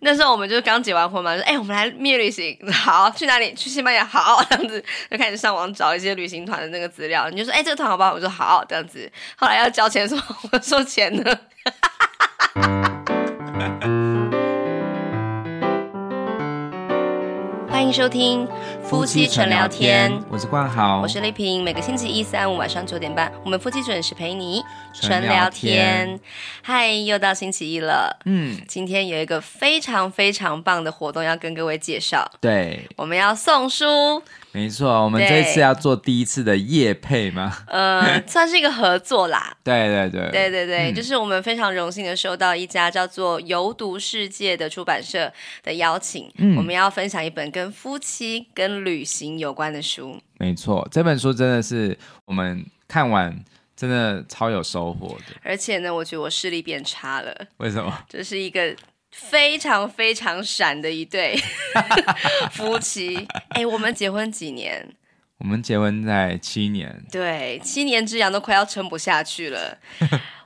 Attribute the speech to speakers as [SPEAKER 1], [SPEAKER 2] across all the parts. [SPEAKER 1] 那时候我们就是刚结完婚嘛，就说哎、我们来蜜月旅行， 好，去哪里？去西班牙，好， 这样子就开始上网找一些旅行团的那个资料。你就说哎、这个团好不好？我说好，这样子。后来要交钱说， 我说钱呢？ 欢迎收听夫妻纯聊天。，
[SPEAKER 2] 我是冠豪，
[SPEAKER 1] 我是丽萍，每个星期一、三、五晚上九点半，我们夫妻准时陪你
[SPEAKER 2] 纯聊天。
[SPEAKER 1] 嗨，又到星期一了，
[SPEAKER 2] 嗯，
[SPEAKER 1] 今天有一个非常非常棒的活动要跟各位介绍，
[SPEAKER 2] 对，
[SPEAKER 1] 我们要送书，
[SPEAKER 2] 没错，我们
[SPEAKER 1] 对
[SPEAKER 2] 这次要做第一次的夜配嘛，
[SPEAKER 1] 呃，算是一个合作啦。
[SPEAKER 2] 对对对，
[SPEAKER 1] 对对对，
[SPEAKER 2] 嗯
[SPEAKER 1] 就是我们非常荣幸的收到一家叫做“游读世界”的出版社的邀请，
[SPEAKER 2] 嗯
[SPEAKER 1] 我们要分享一本跟夫妻、跟旅行有关的书。
[SPEAKER 2] 没错，这本书真的是我们看完真的超有收获的，
[SPEAKER 1] 而且呢，我觉得我视力变差了。
[SPEAKER 2] 为什么？
[SPEAKER 1] 这是一个非常非常闪的一对 夫妻。哎、我们结婚几年？
[SPEAKER 2] 我们结婚在七年，
[SPEAKER 1] 对，七年之痒都快要撑不下去了。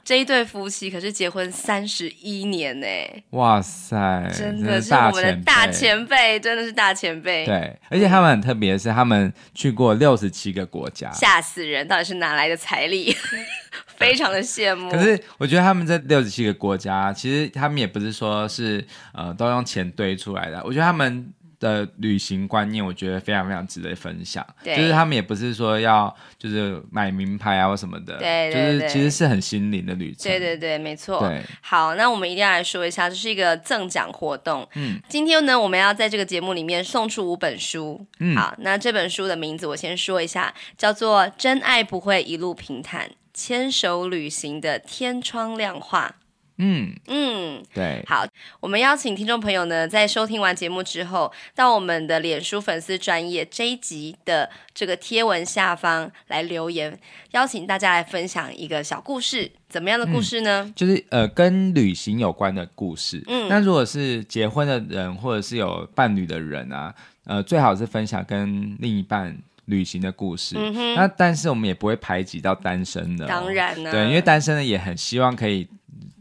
[SPEAKER 1] 这一对夫妻可是结婚三十一年呢、
[SPEAKER 2] 哇塞，
[SPEAKER 1] 真
[SPEAKER 2] 的
[SPEAKER 1] 的是我们的大
[SPEAKER 2] 前
[SPEAKER 1] 前
[SPEAKER 2] 辈。
[SPEAKER 1] 辈，真的是大前辈，
[SPEAKER 2] 对，啊而且他们很特别，是他们去过六十七个国家。
[SPEAKER 1] 吓死人！到底是哪来的财力？ 非常的羡慕。
[SPEAKER 2] 可是我觉得他们这六十七个国家，其实他们也不是说是呃都用钱堆出来的。我觉得他们的旅行观念，我觉得非常非常值得分享。
[SPEAKER 1] 对
[SPEAKER 2] 就是他们也不是说要就是买名牌啊或什么的，
[SPEAKER 1] 对对
[SPEAKER 2] 就
[SPEAKER 1] 对
[SPEAKER 2] 是其实是很心灵的旅程。
[SPEAKER 1] 对对对，没错。
[SPEAKER 2] 对
[SPEAKER 1] 好，那我们一定要来说一下，这是一个赠奖活动。
[SPEAKER 2] 嗯，
[SPEAKER 1] 今天呢，我们要在这个节目里面送出五本书。
[SPEAKER 2] 嗯
[SPEAKER 1] 好，那这本书的名字我先说一下，叫做《真爱不会一路平坦》，牵手旅行的天窗亮化。
[SPEAKER 2] 嗯，
[SPEAKER 1] 嗯，
[SPEAKER 2] 对，
[SPEAKER 1] 好，我们邀请听众朋友呢，在收听完节目之后，到我们的脸书粉丝专业这一集的这个贴文下方来留言，邀请大家来分享一个小故事，怎么样的
[SPEAKER 2] 嗯
[SPEAKER 1] 故事呢？
[SPEAKER 2] 就是呃跟旅行有关的故事。
[SPEAKER 1] 嗯
[SPEAKER 2] 那如果是结婚的人或者是有伴侣的人啊，呃，最好是分享跟另一半旅行的故事。
[SPEAKER 1] 嗯哼
[SPEAKER 2] 那但是我们也不会排挤到单身的哦、
[SPEAKER 1] 当然呢、
[SPEAKER 2] 对，因为单身的也很希望可以。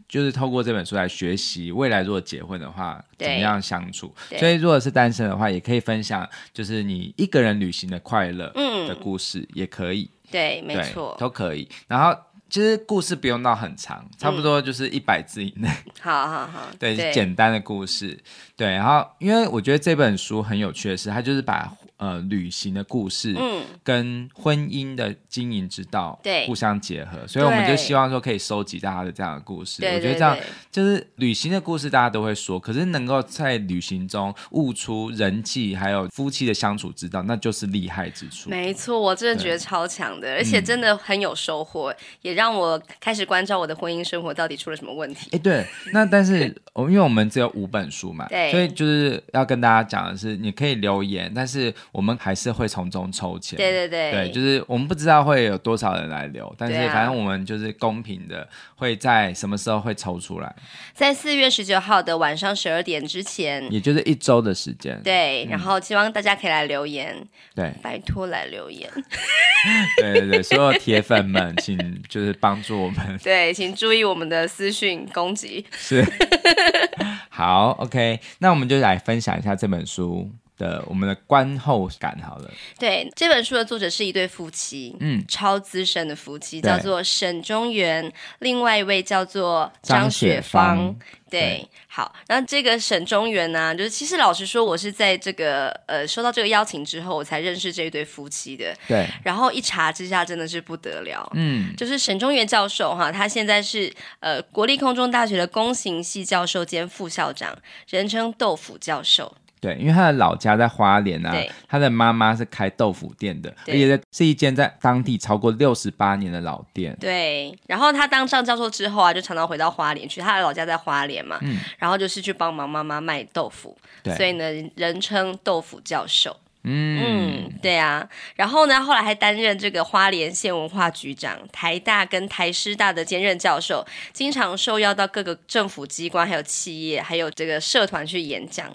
[SPEAKER 2] 就是透过这本书来学习，未来如果结婚的话，
[SPEAKER 1] 对
[SPEAKER 2] 怎么样相处？
[SPEAKER 1] 对
[SPEAKER 2] 所以如果是单身的话，也可以分享，就是你一个人旅行的快乐
[SPEAKER 1] 嗯
[SPEAKER 2] 的故事，也可以。
[SPEAKER 1] 对，没
[SPEAKER 2] 对
[SPEAKER 1] 错。
[SPEAKER 2] 都可以。然后其实故事不用到很长，差
[SPEAKER 1] 嗯
[SPEAKER 2] 不多就是一百字以内，
[SPEAKER 1] 好好好，
[SPEAKER 2] 对，简单的故事。对，然后因为我觉得这本书很有趣的是，它就是把呃旅行的故事
[SPEAKER 1] 嗯，
[SPEAKER 2] 跟婚姻的经营之道
[SPEAKER 1] 对
[SPEAKER 2] 互相结合，所以我们就
[SPEAKER 1] 对
[SPEAKER 2] 希望说可以收集大家的这样的故事。
[SPEAKER 1] 对
[SPEAKER 2] 我觉
[SPEAKER 1] 对
[SPEAKER 2] 得这样
[SPEAKER 1] 对，
[SPEAKER 2] 就是旅行的故事，大家都会说，可是能够在旅行中悟出人际还有夫妻的相处之道，那就是厉害之处。
[SPEAKER 1] 没错，我真的觉得超强的，而且
[SPEAKER 2] 嗯
[SPEAKER 1] 真的很有收获，也让我开始关照我的婚姻生活到底出了什么问题。
[SPEAKER 2] 哎，对，那但是我因为我们只有五本书嘛，
[SPEAKER 1] 对
[SPEAKER 2] 所以就是要跟大家讲的是，你可以留言，但是我们还是会从中抽签。
[SPEAKER 1] 对对对，
[SPEAKER 2] 对就是我们不知道会有多少人来留，但是
[SPEAKER 1] 对啊
[SPEAKER 2] 反正我们就是公平的，会在什么时候会抽出来，
[SPEAKER 1] 在四月十九号的晚上十二点之前。
[SPEAKER 2] 也嗯就是一周的时间。
[SPEAKER 1] 对，然后希望大家可以来留言，
[SPEAKER 2] 对
[SPEAKER 1] 拜托来留言。
[SPEAKER 2] 对对对，所有铁粉们，请就是帮助我们，
[SPEAKER 1] 对，请注意我们的私讯攻击。
[SPEAKER 2] 是好 OK，那我们就来分享一下这本书的我们的观后感好了。
[SPEAKER 1] 对，这本书的作者是一对夫妻，
[SPEAKER 2] 嗯，
[SPEAKER 1] 超资深的夫妻，
[SPEAKER 2] 对
[SPEAKER 1] 叫做沈中原，另外一位叫做
[SPEAKER 2] 张
[SPEAKER 1] 雪
[SPEAKER 2] 雪
[SPEAKER 1] 芳。
[SPEAKER 2] 芳
[SPEAKER 1] 对，
[SPEAKER 2] 对
[SPEAKER 1] 好，那这个沈中原呢、就是其实老实说，我是在这个呃收到这个邀请之后，我才认识这一对夫妻的。
[SPEAKER 2] 对，
[SPEAKER 1] 然后一查之下，真的是不得了。
[SPEAKER 2] 嗯，
[SPEAKER 1] 就是沈中原教授哈，他现在是呃国立空中大学的公行系教授兼副校长，人称豆腐教授。
[SPEAKER 2] 对，因为他的老家在花莲啊
[SPEAKER 1] 对，
[SPEAKER 2] 他的妈妈是开豆腐店的，而
[SPEAKER 1] 对
[SPEAKER 2] 且在是一间在当地超过六十八年的老店。
[SPEAKER 1] 对，然后他当上教授之后啊，就常常回到花莲去，他的老家在花莲嘛，
[SPEAKER 2] 嗯
[SPEAKER 1] 然后就是去帮忙妈妈卖豆腐，
[SPEAKER 2] 对
[SPEAKER 1] 所以呢，人称豆腐教授。
[SPEAKER 2] 嗯，
[SPEAKER 1] 嗯，对啊，然后呢，后来还担任这个花莲县文化局长、台大跟台师大的兼任教授，经常受邀到各个政府机关、还有企业、还有这个社团去演讲。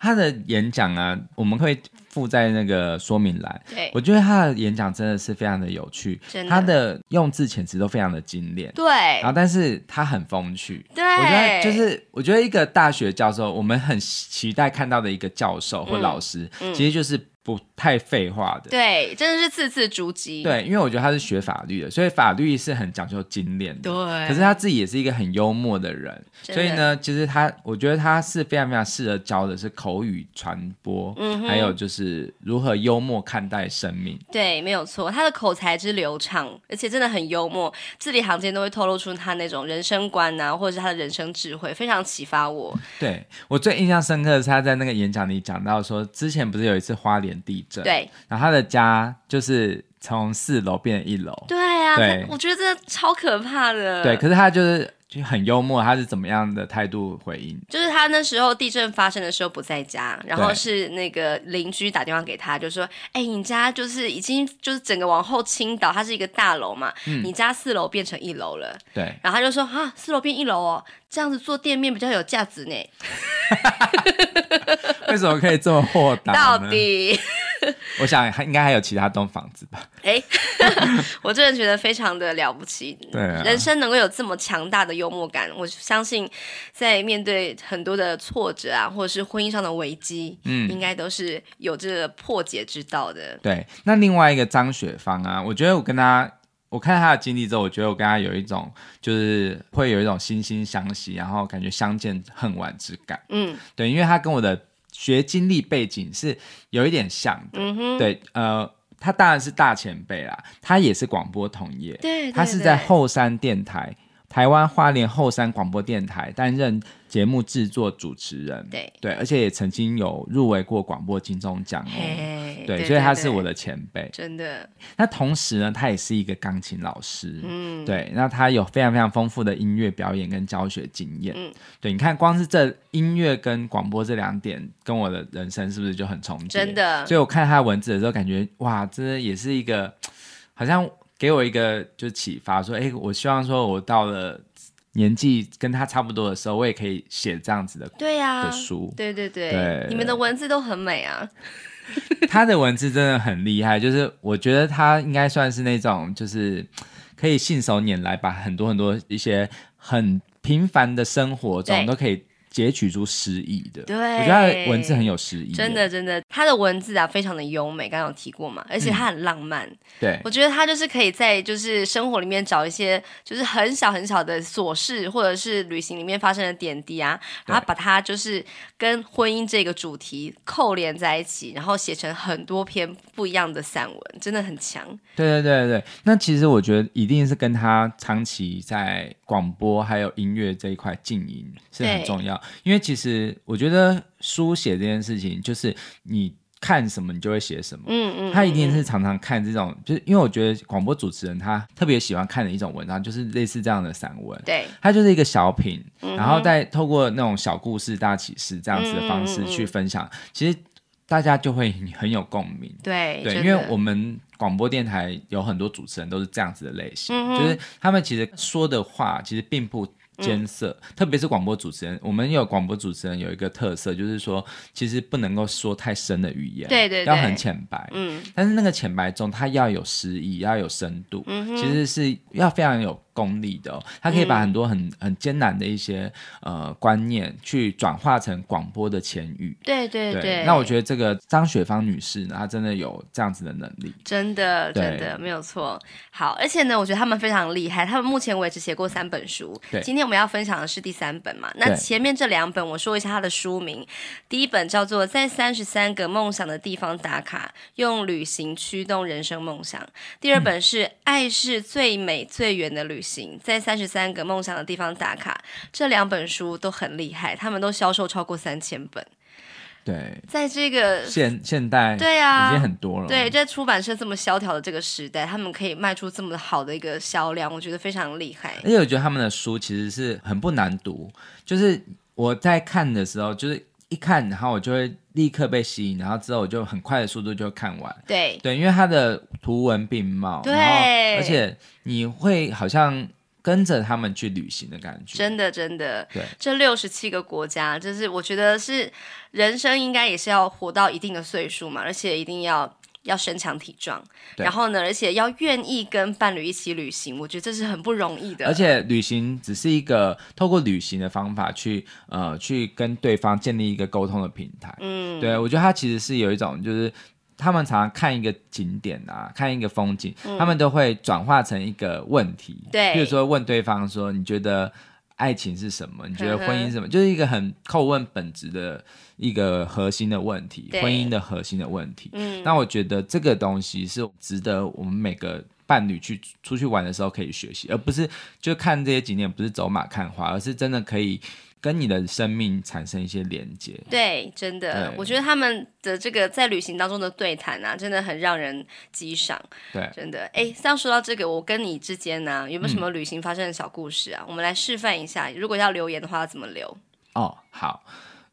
[SPEAKER 2] 他的演讲啊，我们会附在那个说明栏。
[SPEAKER 1] 对
[SPEAKER 2] 我觉得他的演讲真的是非常的有趣，
[SPEAKER 1] 真的
[SPEAKER 2] 他的用字遣词都非常的精炼，
[SPEAKER 1] 对
[SPEAKER 2] 然后但是他很风趣。
[SPEAKER 1] 对，
[SPEAKER 2] 我觉得就是，我觉得一个大学教授，我们很期待看到的一个教授或
[SPEAKER 1] 嗯
[SPEAKER 2] 老师，
[SPEAKER 1] 嗯
[SPEAKER 2] 其实就是不太废话的。
[SPEAKER 1] 对，真的是字字珠玑。
[SPEAKER 2] 对，因为我觉得他是学法律的，所以法律是很讲究精炼的。
[SPEAKER 1] 对
[SPEAKER 2] 可是他自己也是一个很幽默的人，
[SPEAKER 1] 哎真
[SPEAKER 2] 所以
[SPEAKER 1] 的
[SPEAKER 2] 呢，其实他，我觉得他是非常非常适合教的是口语传播，
[SPEAKER 1] 嗯哼
[SPEAKER 2] 还有就是如何幽默看待生命。
[SPEAKER 1] 对，没有错，他的口才之流畅，而且真的很幽默，字里行间都会透露出他那种人生观啊，或者是他的人生智慧，非常启发我。
[SPEAKER 2] 对我最印象深刻的是他在那个演讲里讲到说，之前不是有一次花莲地震，，
[SPEAKER 1] 对，
[SPEAKER 2] 然后他的家就是从四楼变成一楼，
[SPEAKER 1] 对啊，
[SPEAKER 2] 对
[SPEAKER 1] 他我觉得真的超可怕的。
[SPEAKER 2] 对，可是他就是就很幽默，他是怎么样的态度回应？
[SPEAKER 1] 就是他那时候地震发生的时候不在家，然后
[SPEAKER 2] 对
[SPEAKER 1] 是那个邻居打电话给他，就说：“哎、你家就是已经就是整个往后倾倒，它是一个大楼嘛，
[SPEAKER 2] 嗯
[SPEAKER 1] 你家四楼变成一楼了。
[SPEAKER 2] 对”，
[SPEAKER 1] 然后他就说：“啊，四楼变一楼哦，这样子做店面比较有价值呢。
[SPEAKER 2] 为什么可以这么豁”达呢？
[SPEAKER 1] 到底，
[SPEAKER 2] 我想还应该还有其他栋房子吧。
[SPEAKER 1] 哎、 我真的觉得非常的了不起。
[SPEAKER 2] 对啊
[SPEAKER 1] 人生能够有这么强大的幽默感，我相信在面对很多的挫折啊，或者是婚姻上的危机，
[SPEAKER 2] 嗯
[SPEAKER 1] 应该都是有这个破解之道的。
[SPEAKER 2] 对，那另外一个张雪芳啊，我觉得我跟她，我看她的经历之后，我觉得我跟她有一种就是会有一种惺惺相惜，然后感觉相见恨晚之感。
[SPEAKER 1] 嗯
[SPEAKER 2] 对，因为她跟我的学经历背景是有一点像的。
[SPEAKER 1] 嗯哼，
[SPEAKER 2] 对，呃，她当然是大前辈啦，她也是广播同业，
[SPEAKER 1] 对，对
[SPEAKER 2] 她是在
[SPEAKER 1] 对
[SPEAKER 2] 后山电台。台湾花莲后山广播电台担任节目制作主持人，
[SPEAKER 1] 对
[SPEAKER 2] 对，而且也曾经有入围过广播金钟奖哦。
[SPEAKER 1] 嘿，
[SPEAKER 2] 对，所以他是我
[SPEAKER 1] 的，
[SPEAKER 2] 的前辈。
[SPEAKER 1] 真的，
[SPEAKER 2] 那同时呢，他也是一个钢琴老师。
[SPEAKER 1] 嗯，
[SPEAKER 2] 对，那他有非常非常丰富的音乐表演跟教学经验。
[SPEAKER 1] 嗯
[SPEAKER 2] 对，你看，光是这音乐跟广播这两点，跟我的人生是不是就很重叠？
[SPEAKER 1] 真。的，
[SPEAKER 2] 所以我看他文字的时候，感觉哇，这也是一个好像给我一个就启发，说，哎、我希望说我到了年纪跟他差不多的时候，我也可以写这样子的
[SPEAKER 1] 对呀
[SPEAKER 2] 的，书。
[SPEAKER 1] 对对对
[SPEAKER 2] 对，
[SPEAKER 1] 你们的文字都很美啊，
[SPEAKER 2] 他的文字真的很厉害， 就是我觉得他应该算是那种就是可以信手拈来，把很多很多一些很平凡的生活
[SPEAKER 1] 对
[SPEAKER 2] 中都可以截取出诗意的。
[SPEAKER 1] 对
[SPEAKER 2] 我觉得他的文字很有诗意，
[SPEAKER 1] 真的。真的，他的文字啊非常的优美，刚刚有提过嘛，
[SPEAKER 2] 嗯
[SPEAKER 1] 而且他很浪漫，
[SPEAKER 2] 对
[SPEAKER 1] 我觉得他就是可以在就是生活里面找一些就是很小很小的琐事，或者是旅行里面发生的点滴啊，
[SPEAKER 2] 对
[SPEAKER 1] 然后把它就是跟婚姻这个主题扣连在一起，然后写成很多篇不一样的散文，真的很强，
[SPEAKER 2] 对对对对。那其实我觉得一定是跟他长期在广播还有音乐这一块经营是很
[SPEAKER 1] 对
[SPEAKER 2] 重要，因为其实我觉得书写这件事情，就是你看什么你就会写什么。
[SPEAKER 1] 嗯嗯，
[SPEAKER 2] 他一定
[SPEAKER 1] 嗯
[SPEAKER 2] 是常常看这种，就是因为我觉得广播主持人他特别喜欢看的一种文章，就是类似这样的散文。
[SPEAKER 1] 对。
[SPEAKER 2] 它就是一个小品，
[SPEAKER 1] 嗯哼
[SPEAKER 2] 然后再透过那种小故事、大启示这样子的方
[SPEAKER 1] 嗯
[SPEAKER 2] 式去分享，其实大家就会很有共鸣。
[SPEAKER 1] 对
[SPEAKER 2] 对，
[SPEAKER 1] 真
[SPEAKER 2] 因为
[SPEAKER 1] 的
[SPEAKER 2] 我们广播电台有很多主持人都是这样子的类型，
[SPEAKER 1] 嗯哼嗯
[SPEAKER 2] 就是他们其实说的话其实并不艰涩，特别是广播主持人，我们有广播主持人有一个特色，就是说其实不能够说太深的语言，
[SPEAKER 1] 对对
[SPEAKER 2] 要
[SPEAKER 1] 对
[SPEAKER 2] 很浅白。
[SPEAKER 1] 嗯
[SPEAKER 2] 但是那个浅白中，它要有诗意，要有深度，
[SPEAKER 1] 嗯哼
[SPEAKER 2] 其实是要非常有功力的、哦。它可以把很多很、很艰难的一些
[SPEAKER 1] 嗯
[SPEAKER 2] 呃观念，去转化成广播的前语。
[SPEAKER 1] 对对对，
[SPEAKER 2] 那我觉得这个张雪芳女士呢，她真的有这样子的能力。
[SPEAKER 1] 真的
[SPEAKER 2] 对
[SPEAKER 1] 真的没有错。好，而且呢，我觉得他们非常厉害，他们目前为止写过三本书。
[SPEAKER 2] 对
[SPEAKER 1] 今天我们要分享的是第三本嘛？那
[SPEAKER 2] 对
[SPEAKER 1] 前面这两本我说一下它的书名，第一本叫做《在三十三个梦想的地方打卡，用旅行驱动人生梦想》，第二
[SPEAKER 2] 嗯
[SPEAKER 1] 本是《爱是最美最远的旅行》，在三十三个梦想的地方打卡。这两本书都很厉害，他们都销售超过三千本，
[SPEAKER 2] 对，
[SPEAKER 1] 在这个
[SPEAKER 2] 现现代
[SPEAKER 1] 对啊
[SPEAKER 2] 已经很多了。
[SPEAKER 1] 对，在出版社这么萧条的这个时代，他们可以卖出这么好的一个销量，我觉得非常厉害。
[SPEAKER 2] 而且我觉得他们的书其实是很不难读，就是我在看的时候，就是一看，然后我就会立刻被吸引，然后之后我就很快的速度就看完。
[SPEAKER 1] 对，
[SPEAKER 2] 对，因为它的图文并茂，
[SPEAKER 1] 对
[SPEAKER 2] 然后而且你会好像跟着他们去旅行的感觉。
[SPEAKER 1] 真的，真的，
[SPEAKER 2] 对
[SPEAKER 1] 这六十七个国家，就是我觉得是人生应该也是要活到一定的岁数嘛，而且一定要要身强体壮，
[SPEAKER 2] 对
[SPEAKER 1] 然后呢，而且要愿意跟伴侣一起旅行，我觉得这是很不容易的。
[SPEAKER 2] 而且旅行只是一个透过旅行的方法去呃去跟对方建立一个沟通的平台。
[SPEAKER 1] 嗯，
[SPEAKER 2] 对我觉得它其实是有一种就是。他们常常看一个景点啊，看一个风景，他们都会转化成一个问题，
[SPEAKER 1] 嗯对
[SPEAKER 2] 比如说问对方说：“你觉得爱情是什么？你觉得婚
[SPEAKER 1] 嗯
[SPEAKER 2] 姻是什么？”就是一个很叩问本质的一个核心的问题，
[SPEAKER 1] 对
[SPEAKER 2] 婚姻的核心的问题。
[SPEAKER 1] 嗯，
[SPEAKER 2] 那我觉得这个东西是值得我们每个伴侣去出去玩的时候可以学习，而不是就看这些景点不是走马看花，而是真的可以跟你的生命产生一些连接。
[SPEAKER 1] 对，真的，
[SPEAKER 2] 对
[SPEAKER 1] 我觉得他们的这个在旅行当中的对谈啊，真的很让人激赏，
[SPEAKER 2] 对，
[SPEAKER 1] 真的。哎，这样说到这个，我跟你之间呢、有没有什
[SPEAKER 2] 嗯
[SPEAKER 1] 么旅行发生的小故事啊？我们来示范一下，如果要留言的话，要怎么留？
[SPEAKER 2] 哦，好，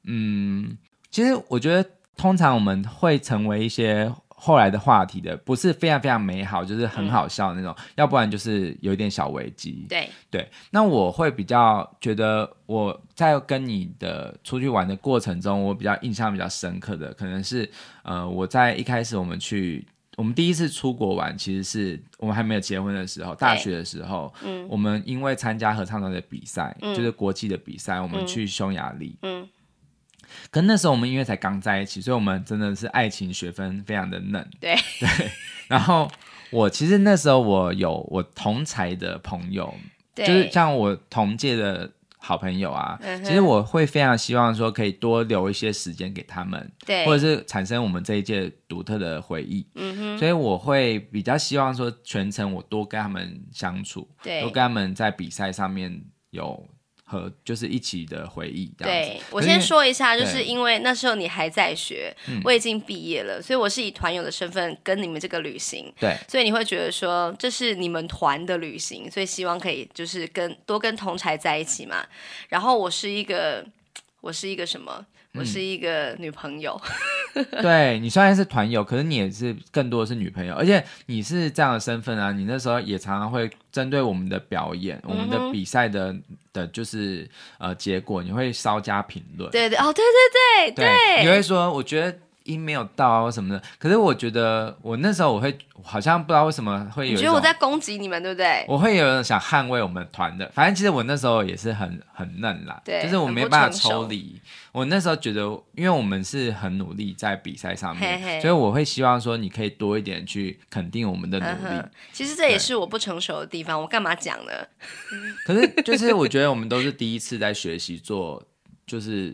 [SPEAKER 2] 嗯，其实我觉得通常我们会成为一些。后来的话题的不是非常非常美好，就是很好笑的那种，要不然就是有一点小危机。
[SPEAKER 1] 对，
[SPEAKER 2] 对，那我会比较觉得我在跟你的出去玩的过程中，我比较印象比较深刻的，可能是呃，我在一开始我们去。我们第一次出国玩，其实是我们还没有结婚的时候，大学的时候，
[SPEAKER 1] 嗯
[SPEAKER 2] 我们因为参加合唱团的比赛，
[SPEAKER 1] 嗯
[SPEAKER 2] 就是国际的比赛，我们
[SPEAKER 1] 嗯
[SPEAKER 2] 去匈牙利。
[SPEAKER 1] 嗯，
[SPEAKER 2] 可那时候我们因为才刚在一起，所以我们真的是爱情学分非常的嫩。
[SPEAKER 1] 对
[SPEAKER 2] 对，然后我其实那时候我有我同才的朋友，
[SPEAKER 1] 对，
[SPEAKER 2] 就是像我同届的好朋友啊，
[SPEAKER 1] 嗯哼
[SPEAKER 2] 其实我会非常希望说可以多留一些时间给他们，
[SPEAKER 1] 对，
[SPEAKER 2] 或者是产生我们这一届独特的回忆。
[SPEAKER 1] 嗯哼，
[SPEAKER 2] 所以我会比较希望说全程我多跟他们相处，
[SPEAKER 1] 对，
[SPEAKER 2] 多跟他们在比赛上面有和就是一起的回忆这样子。
[SPEAKER 1] 对，我
[SPEAKER 2] 可是因
[SPEAKER 1] 先
[SPEAKER 2] 为
[SPEAKER 1] 说一下，就是
[SPEAKER 2] 对嗯
[SPEAKER 1] 因为那时候你还在学，我已经毕业了，所以我是以团友的身份跟你们这个旅行，
[SPEAKER 2] 对
[SPEAKER 1] 所以你会觉得说这是你们团的旅行，所以希望可以就是跟多跟同才在一起嘛。然后我是一个，我是一个什么？我
[SPEAKER 2] 嗯
[SPEAKER 1] 是一个女朋友，
[SPEAKER 2] 对你虽然是团友，可是你也是更多的是女朋友，而且你是这样的身份啊，你那时候也常常会针对我们的表演、
[SPEAKER 1] 嗯
[SPEAKER 2] 我们的比赛的的，就是呃结果，你会稍加评论，
[SPEAKER 1] 对对哦，对对对
[SPEAKER 2] 你会说我觉得音没有到啊或什么的，可是我觉得我那时候我会好像不知道为什么会有
[SPEAKER 1] 你
[SPEAKER 2] 一
[SPEAKER 1] 觉
[SPEAKER 2] 种，
[SPEAKER 1] 得我在攻击你们，对不对？
[SPEAKER 2] 我会有人想捍卫我们团的，反正其实我那时候也是很很嫩啦，
[SPEAKER 1] 对
[SPEAKER 2] 就是我
[SPEAKER 1] 很
[SPEAKER 2] 没
[SPEAKER 1] 不
[SPEAKER 2] 办法
[SPEAKER 1] 成熟
[SPEAKER 2] 抽离。我那时候觉得，因为我们是很努力在比赛上面，
[SPEAKER 1] 嘿嘿
[SPEAKER 2] 所以我会希望说你可以多一点去肯定我们的努
[SPEAKER 1] 嗯
[SPEAKER 2] 力。
[SPEAKER 1] 哼，其实这也
[SPEAKER 2] 对
[SPEAKER 1] 是我不成熟的地方，我干嘛讲呢？
[SPEAKER 2] 可是就是我觉得我们都是第一次在学习做，就是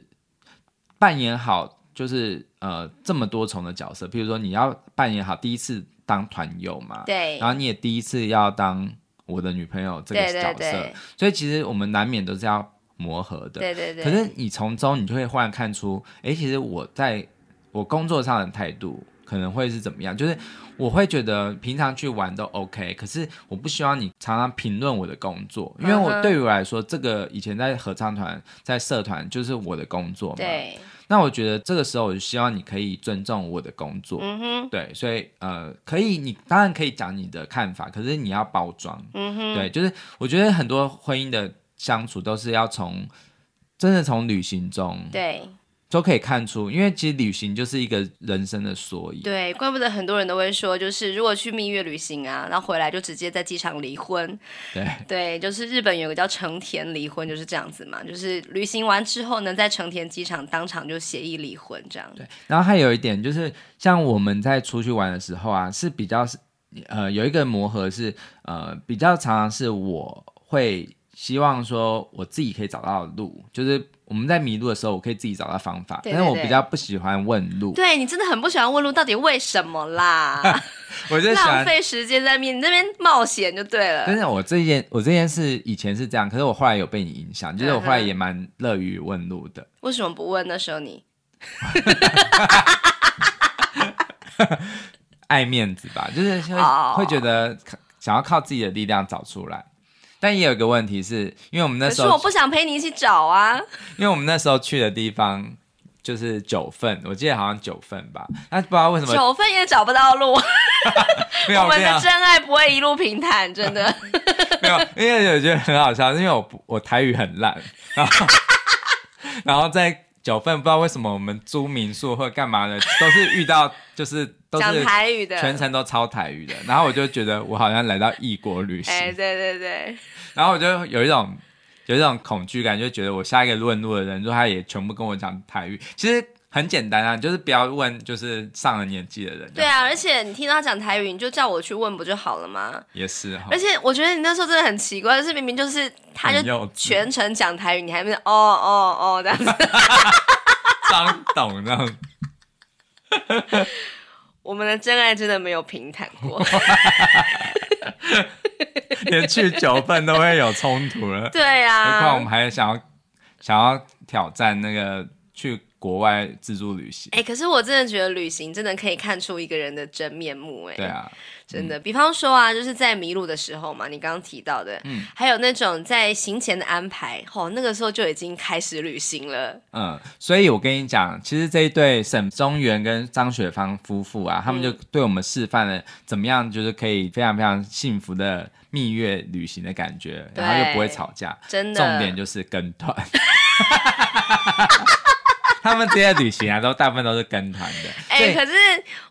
[SPEAKER 2] 扮演好，就是呃这么多重的角色，比如说你要扮演好第一次当团友嘛，
[SPEAKER 1] 对，
[SPEAKER 2] 啊然后你也第一次要当我的女朋友这个
[SPEAKER 1] 对
[SPEAKER 2] 角色
[SPEAKER 1] 对，对
[SPEAKER 2] 所以其实我们难免都是要磨合的。
[SPEAKER 1] 对对对，
[SPEAKER 2] 可是你从中你就会忽然看出，诶，其实我在我工作上的态度可能会是怎么样？就是我会觉得平常去玩都 OK，可是我不希望你常常评论我的工作，因为
[SPEAKER 1] 嗯
[SPEAKER 2] 我
[SPEAKER 1] 哼
[SPEAKER 2] 对于我来说，这个以前在合唱团、在社团就是我的工作嘛。
[SPEAKER 1] 对，
[SPEAKER 2] 那我觉得这个时候我就希望你可以尊重我的工作。
[SPEAKER 1] 嗯哼，
[SPEAKER 2] 对，所以呃，可以，你当然可以讲你的看法，可是你要包装，
[SPEAKER 1] 嗯哼，
[SPEAKER 2] 对，就是我觉得很多婚姻的相处都是要从，真的从旅行中
[SPEAKER 1] 对
[SPEAKER 2] 都可以看出，因为其实旅行就是一个人生的缩影，
[SPEAKER 1] 对，怪不得很多人都会说，就是如果去蜜月旅行啊，然后回来就直接在机场离婚。
[SPEAKER 2] 对
[SPEAKER 1] 对，就是日本有个叫成田离婚，就是这样子嘛，就是旅行完之后呢，在成田机场当场就协议离婚这样。
[SPEAKER 2] 对。然后还有一点就是，像我们在出去玩的时候啊，是比较是呃有一个磨合是呃比较常常是我会希望说我自己可以找到路，就是我们在迷路的时候，我可以自己找到方法，
[SPEAKER 1] 对
[SPEAKER 2] 但是我
[SPEAKER 1] 对对
[SPEAKER 2] 比较不喜欢问路，
[SPEAKER 1] 对你真的很不喜欢问路，到底为什么啦？
[SPEAKER 2] 我就喜
[SPEAKER 1] 浪
[SPEAKER 2] 欢
[SPEAKER 1] 费时间在面你那边冒险就对了。
[SPEAKER 2] 真的，我这件我这件事以前是这样，可是我后来有被你影响，就是我后来
[SPEAKER 1] 嗯
[SPEAKER 2] 也蛮乐于问路的。
[SPEAKER 1] 为什么不问那时候你？
[SPEAKER 2] 爱面子吧，就是会、
[SPEAKER 1] 哦
[SPEAKER 2] 会觉得想要靠自己的力量找出来。但也有一个问题是，因为我们那
[SPEAKER 1] 可
[SPEAKER 2] 时
[SPEAKER 1] 是我
[SPEAKER 2] 候，
[SPEAKER 1] 不想陪你一起找啊。
[SPEAKER 2] 因为我们那时候去的地方就是九份，我记得好像九份吧，但不知道为什么
[SPEAKER 1] 九份也找不到 路，
[SPEAKER 2] 没有
[SPEAKER 1] 我们
[SPEAKER 2] 没有
[SPEAKER 1] 的真爱不会一路平 坦，真的。
[SPEAKER 2] 没有，因为我觉得很好笑，因为我不我台语很烂，然后然后在九份不知道为什么我们租民宿或干嘛的，都是遇到就是都
[SPEAKER 1] 讲
[SPEAKER 2] 是
[SPEAKER 1] 台语的，
[SPEAKER 2] 全程都超台语的，然后我就觉得我好像来到异国旅行，
[SPEAKER 1] 哎、对对
[SPEAKER 2] 啊
[SPEAKER 1] 对，
[SPEAKER 2] 然后我就有一种有一种恐惧感，就觉得我下一个问路的人，如果他也全部跟我讲台语，其实很简单啊，就是不要问就是上了年纪的人。
[SPEAKER 1] 对啊，而且你听到他讲台语，你就叫我去问不就好了吗？
[SPEAKER 2] 也是哈
[SPEAKER 1] 而。且我觉得你那时候真的很奇怪，就是明明就是他
[SPEAKER 2] 很幼
[SPEAKER 1] 就
[SPEAKER 2] 稚
[SPEAKER 1] 全程讲台语，你还没有哦哦哦这样 子。
[SPEAKER 2] 张董
[SPEAKER 1] 啊
[SPEAKER 2] 那种，
[SPEAKER 1] 我们的真爱真的没有平坦 过。
[SPEAKER 2] 连去九份都会有冲突了。
[SPEAKER 1] 对
[SPEAKER 2] 何况我
[SPEAKER 1] 啊
[SPEAKER 2] 们，还想要想要挑战那个去国外自助旅行。
[SPEAKER 1] 哎、可是我真的觉得旅行真的可以看出一个人的真面目、哎，
[SPEAKER 2] 对啊，
[SPEAKER 1] 真的，比方说啊，就是在迷路的时候嘛，你刚刚提到的，
[SPEAKER 2] 嗯
[SPEAKER 1] 还有那种在行前的安排，吼、那个时候就已经开始旅行了，
[SPEAKER 2] 嗯，所以我跟你讲，其实这一对沈宗元跟张雪芳夫妇
[SPEAKER 1] 嗯
[SPEAKER 2] 啊，他们就对我们示范了怎么样，就是可以非常非常幸福的蜜月旅行的感觉，
[SPEAKER 1] 对
[SPEAKER 2] 然后又不会吵架。
[SPEAKER 1] 真的。
[SPEAKER 2] 重点就是跟团。 他们这些旅行啊，都大部分都是跟团的。
[SPEAKER 1] 哎、
[SPEAKER 2] 对
[SPEAKER 1] 可是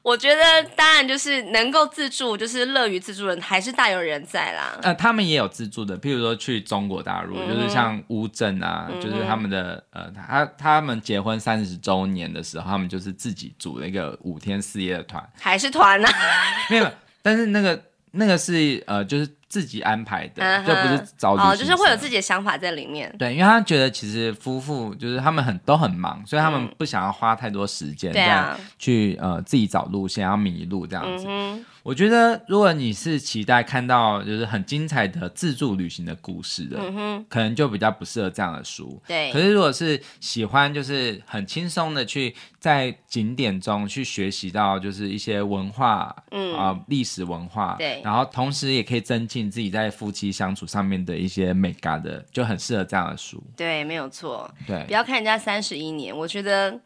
[SPEAKER 1] 我觉得，当然就是能够自助，就是乐于自助人，还是大有人在啦。
[SPEAKER 2] 呃，他们也有自助的，譬如说去中国大
[SPEAKER 1] 嗯
[SPEAKER 2] 陆，就是像乌镇啊，就是他们的呃，他他们结婚三十周年的时候，他们就是自己组了一个五天四夜的团，
[SPEAKER 1] 还是团啊，
[SPEAKER 2] 没有，但是那个那个是呃，就是自己安排的，
[SPEAKER 1] 嗯
[SPEAKER 2] 这、
[SPEAKER 1] 哼
[SPEAKER 2] 不是找旅行
[SPEAKER 1] 哦，
[SPEAKER 2] 社
[SPEAKER 1] 就是会有自己的想法在里面。
[SPEAKER 2] 对，因为他觉得其实夫妇就是他们很都很忙，所以他们不想要花太多时间
[SPEAKER 1] 嗯对啊
[SPEAKER 2] 在去、呃自己找路线，然后迷路这样
[SPEAKER 1] 嗯
[SPEAKER 2] 子。
[SPEAKER 1] 哼，
[SPEAKER 2] 我觉得如果你是期待看到就是很精彩的自助旅行的故事的，
[SPEAKER 1] 嗯哼，
[SPEAKER 2] 可能就比较不适合这样的书。
[SPEAKER 1] 对
[SPEAKER 2] 可是如果是喜欢就是很轻松的去在景点中去学习到就是一些文化，
[SPEAKER 1] 嗯
[SPEAKER 2] 啊、历史文化，
[SPEAKER 1] 对
[SPEAKER 2] 然后同时也可以增进自己在夫妻相处上面的一些美感的，就很适合这样的书。
[SPEAKER 1] 对，没有错。
[SPEAKER 2] 对
[SPEAKER 1] 不，要看人家三十一年，我觉得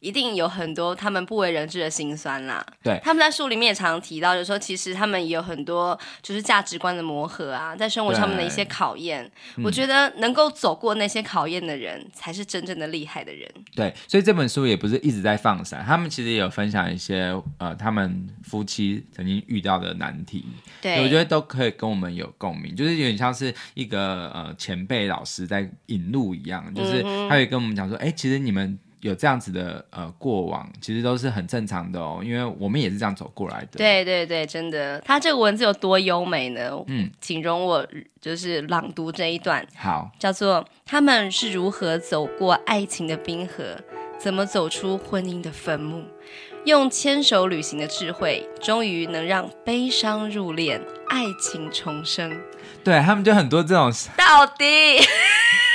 [SPEAKER 1] 一定有很多他们不为人知的辛酸啦。
[SPEAKER 2] 对
[SPEAKER 1] 他们在书里面也常提到，就是说其实他们也有很多就是价值观的磨合啊，在生活上面的一些考验。
[SPEAKER 2] 嗯
[SPEAKER 1] 我觉得能够走过那些考验的人，才是真正的厉害的人。
[SPEAKER 2] 对，所以这本书也不是一直在放闪，他们其实也有分享一些呃他们夫妻曾经遇到的难题。
[SPEAKER 1] 对，
[SPEAKER 2] 我觉得都可以跟我们有共鸣，就是有点像是一个呃前辈老师在引路一样，
[SPEAKER 1] 嗯
[SPEAKER 2] 就是他会跟我们讲说，哎、其实你们有这样子的呃过往，其实都是很正常的哦，因为我们也是这样走过来的。，
[SPEAKER 1] 对对对，真的，他这个文字有多优美呢？
[SPEAKER 2] 嗯，
[SPEAKER 1] 请容我就是朗读这一段。
[SPEAKER 2] 好，
[SPEAKER 1] 叫做他们是如何走过爱情的冰河，怎么走出婚姻的坟墓，用牵手旅行的智慧，终于能让悲伤入殓，爱情重生。
[SPEAKER 2] 对他们就很多这种
[SPEAKER 1] 到底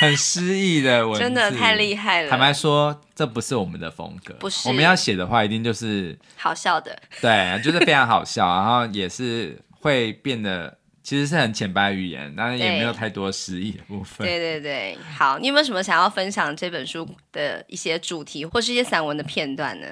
[SPEAKER 2] 很诗意的文字，
[SPEAKER 1] 真的太厉害
[SPEAKER 2] 坦白
[SPEAKER 1] 了，
[SPEAKER 2] 说，这不是我们的风格，
[SPEAKER 1] 不是
[SPEAKER 2] 我们要写的话，一定就是
[SPEAKER 1] 好笑的，
[SPEAKER 2] 对，就是非常好 笑，然后也是会变得。其实是很浅白的语言，当然也
[SPEAKER 1] 对
[SPEAKER 2] 没有太多诗意的部分。
[SPEAKER 1] 对对对。好，你有没有什么想要分享这本书的一些主题或是一些散文的片段呢？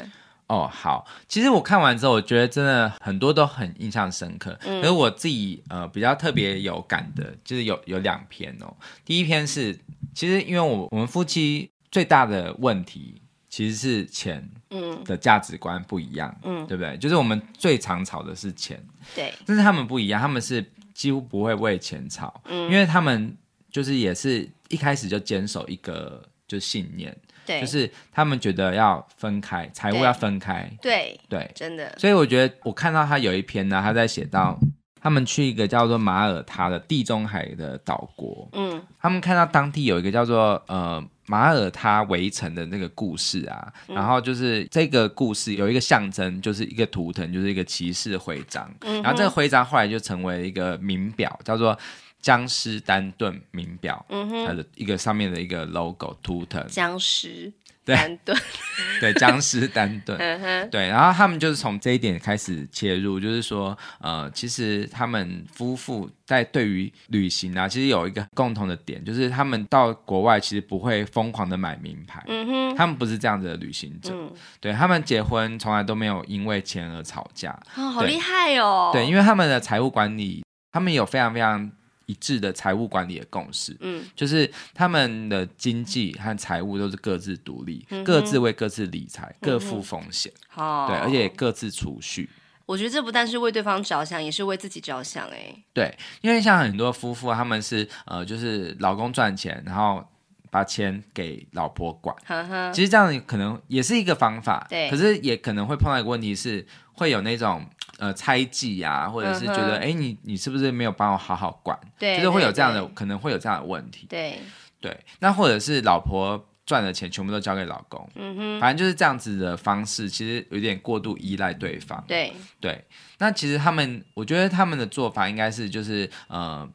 [SPEAKER 2] 哦，好，其实我看完之后，我觉得真的很多都很印象深刻。
[SPEAKER 1] 嗯
[SPEAKER 2] 可是我自己呃比较特别有感的，就是有有两篇哦。第一篇是，其实因为我我们夫妻最大的问题其实是钱
[SPEAKER 1] 嗯，
[SPEAKER 2] 的价值观不一样，
[SPEAKER 1] 嗯
[SPEAKER 2] 对不对？就是我们最常吵的是钱，
[SPEAKER 1] 对，
[SPEAKER 2] 但是他们不一样，他们是几乎不会为钱吵，
[SPEAKER 1] 嗯
[SPEAKER 2] 因为他们就是也是一开始就坚守一个就信念，
[SPEAKER 1] 对，
[SPEAKER 2] 就是他们觉得要分开，财务
[SPEAKER 1] 对
[SPEAKER 2] 要分开。
[SPEAKER 1] 对，
[SPEAKER 2] 对，
[SPEAKER 1] 真的，
[SPEAKER 2] 所以我觉得我看到他有一篇呢，他在写到他们去一个叫做马耳他的地中海的岛国，
[SPEAKER 1] 嗯
[SPEAKER 2] 他们看到当地有一个叫做呃马耳他围城的那个故事啊，
[SPEAKER 1] 嗯
[SPEAKER 2] 然后就是这个故事有一个象征，就是一个图腾，就是一个骑士徽章，
[SPEAKER 1] 嗯哼，
[SPEAKER 2] 然后这个徽章后来就成为一个名表，叫做江诗丹顿名表。
[SPEAKER 1] 嗯
[SPEAKER 2] 它
[SPEAKER 1] 哼，
[SPEAKER 2] 的一个上面的一个 logo 图腾，
[SPEAKER 1] 僵尸，
[SPEAKER 2] 对
[SPEAKER 1] 难炖，
[SPEAKER 2] 对，僵尸丹顿。
[SPEAKER 1] 嗯哼，
[SPEAKER 2] 对，然后他们就是从这一点开始切入，就是说，呃，其实他们夫妇在对于旅行啊，其实有一个共同的点，就是他们到国外其实不会疯狂的买名牌，
[SPEAKER 1] 嗯哼，
[SPEAKER 2] 他们不是这样子的旅行者，
[SPEAKER 1] 嗯，
[SPEAKER 2] 对他们结婚从来都没有因为钱而吵架，
[SPEAKER 1] 哦，好
[SPEAKER 2] 对
[SPEAKER 1] 厉害哦，
[SPEAKER 2] 对，因
[SPEAKER 1] 为
[SPEAKER 2] 为他们的财务管理，他们有非常非常一致的财务管理的共识，
[SPEAKER 1] 嗯
[SPEAKER 2] 就是他们的经济和财务都是各自独立，
[SPEAKER 1] 嗯哼
[SPEAKER 2] 各自为各自理财，各
[SPEAKER 1] 嗯哦
[SPEAKER 2] 负风险，
[SPEAKER 1] 好，
[SPEAKER 2] 对，而且各自储蓄。
[SPEAKER 1] 我觉得这不但是为对方着想，也是为自己着想，哎，
[SPEAKER 2] 对，因为像很多夫妇，他们是呃，就是老公赚钱，然后把钱给老婆管。
[SPEAKER 1] 呵呵，
[SPEAKER 2] 其实这样可能也是一个方法，
[SPEAKER 1] 嗯对
[SPEAKER 2] 可是也可能会碰到一个问题是，会有那种呃猜忌呀、或者是觉得
[SPEAKER 1] 嗯哼
[SPEAKER 2] 哎、诶你你是不是没有帮我好好管，
[SPEAKER 1] 对，
[SPEAKER 2] 就是会有
[SPEAKER 1] 对
[SPEAKER 2] 这样的，可能会有这样的问题。
[SPEAKER 1] 对，对
[SPEAKER 2] 对，那或者是老婆赚的钱全部都交给老公，
[SPEAKER 1] 嗯哼，
[SPEAKER 2] 反正就是这样子的方式，其实有点过度依赖对方。
[SPEAKER 1] 对，
[SPEAKER 2] 对，那其实他们，我觉得他们的做法应该是就是呃，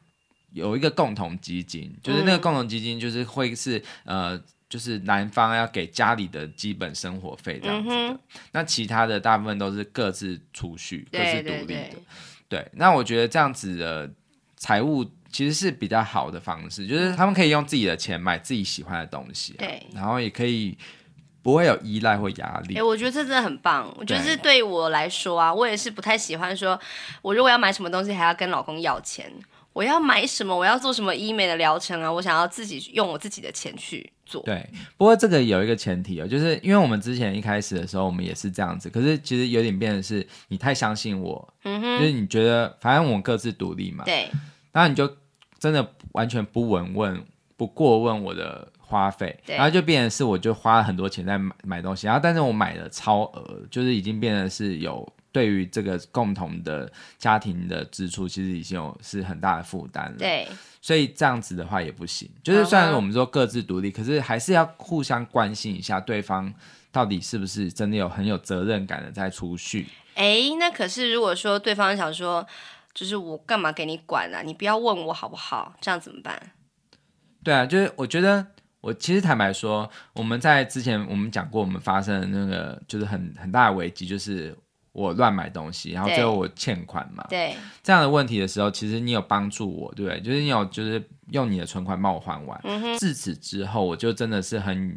[SPEAKER 2] 有一个共同基金，就是那个
[SPEAKER 1] 嗯
[SPEAKER 2] 共同基金就是会是呃，就是男方要给家里的基本生活费这样子的，
[SPEAKER 1] 嗯哼
[SPEAKER 2] 那其他的大部分都是各自储蓄、各自
[SPEAKER 1] 对
[SPEAKER 2] 独
[SPEAKER 1] 对
[SPEAKER 2] 立的。
[SPEAKER 1] 对，
[SPEAKER 2] 对，那我觉得这样子的财务其实是比较好的方式，就是他们可以用自己的钱买自己喜欢的东西、啊，
[SPEAKER 1] 对
[SPEAKER 2] 然后也可以不会有依赖或压力。
[SPEAKER 1] 哎、我觉得这真的很棒。我觉得
[SPEAKER 2] 对
[SPEAKER 1] 这对我来说啊，我也是不太喜欢说，我如果要买什么东西，还要跟老公要钱。我要买什么，我要做什么医美的疗程啊，我想要自己用我自己的钱去做。
[SPEAKER 2] 对，不过这个有一个前提哦，就是因为我们之前一开始的时候，我们也是这样子，可是其实有点变的是，你太相信我，
[SPEAKER 1] 嗯
[SPEAKER 2] 就
[SPEAKER 1] 哼，
[SPEAKER 2] 是你觉得反正我们各自独立嘛，
[SPEAKER 1] 对，
[SPEAKER 2] 然后你就真的完全不闻问、不过问我的花费，
[SPEAKER 1] 对
[SPEAKER 2] 然后就变成是我就花了很多钱在买买东西，然后但是我买的超额，就是已经变得是有。对于这个共同的家庭的支出，其实已经有是很大的负担了。
[SPEAKER 1] 对，
[SPEAKER 2] 所以这样子的话也不行。就是虽然我们说各自独立，可是还是要互相关心一下对方到底是不是真的有很有责任感的在储蓄。
[SPEAKER 1] 哎，那可是如果说对方想说，就是我干嘛给你管啊？你不要问我好不好？这样怎么办？
[SPEAKER 2] 对啊，就是我觉得。我其实坦白说，我们在之前我们讲过，我们发生的那个就是很很大的危机，就是我乱买东西，然后最后我欠款嘛。
[SPEAKER 1] 对，
[SPEAKER 2] 这样的问题的时候，其实你有帮助我，对不对？就是你有就是用你的存款帮我还完。
[SPEAKER 1] 嗯哼，
[SPEAKER 2] 自此之后，我就真的是很，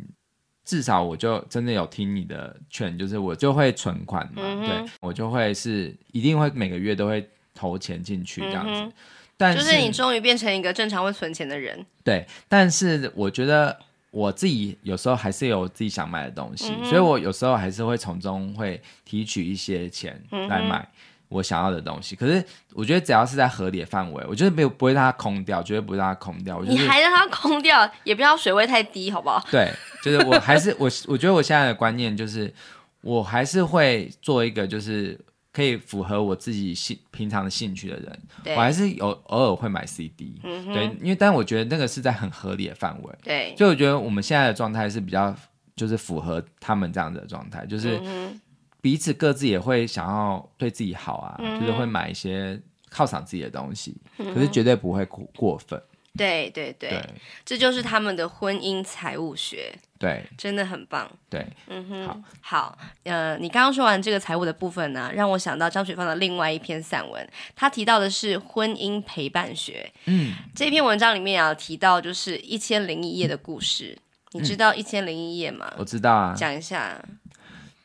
[SPEAKER 2] 至少我就真的有听你的劝，就是我就会存款嘛，
[SPEAKER 1] 嗯哼
[SPEAKER 2] 对我就会是一定会每个月都会投钱进去这样子。
[SPEAKER 1] 嗯哼
[SPEAKER 2] 但
[SPEAKER 1] 就是是你终于变成一个正常会存钱的人。
[SPEAKER 2] 对，但是我觉得我自己有时候还是有自己想买的东西，
[SPEAKER 1] 嗯哼
[SPEAKER 2] 所以我有时候还是会从中会提取一些钱
[SPEAKER 1] 嗯哼
[SPEAKER 2] 来买。我想要的东西，可是我觉得只要是在合理的范围，我就是没有不会让它空掉，绝对不会让它空掉。我就
[SPEAKER 1] 你
[SPEAKER 2] 是
[SPEAKER 1] 还让他空掉，也不要水位太低，好不好？
[SPEAKER 2] 对，就是我还是我，我觉得我现在的观念就是，我还是会做一个就是可以符合我自己兴平常的兴趣的人，
[SPEAKER 1] 对
[SPEAKER 2] 我，还是有偶尔会买 CD，、
[SPEAKER 1] 嗯
[SPEAKER 2] 对
[SPEAKER 1] 哼，，
[SPEAKER 2] 因为但我觉得那个是在很合理的范围，
[SPEAKER 1] 对，
[SPEAKER 2] 所以我觉得我们现在的状态是比较就是符合他们这样子的状态，就是
[SPEAKER 1] 嗯哼，
[SPEAKER 2] 彼此各自也会想要对自己好啊，
[SPEAKER 1] 嗯
[SPEAKER 2] 就是会买一些犒赏自己的东西，可是绝对不会过过分，
[SPEAKER 1] 对对嗯对。
[SPEAKER 2] 对
[SPEAKER 1] 这就是他们的婚姻财务学，
[SPEAKER 2] 对
[SPEAKER 1] 真的很棒。
[SPEAKER 2] 对，
[SPEAKER 1] 嗯哼，
[SPEAKER 2] 好
[SPEAKER 1] 呃，你刚刚说完这个财务的部分呢、让我想到张雪芳的另外一篇散文，她提到的是婚姻陪伴学。
[SPEAKER 2] 嗯，
[SPEAKER 1] 这篇文章里面啊提到就是一千零一夜的故事，你
[SPEAKER 2] 嗯
[SPEAKER 1] 知道一千零一夜吗？
[SPEAKER 2] 我知道啊，
[SPEAKER 1] 讲一下，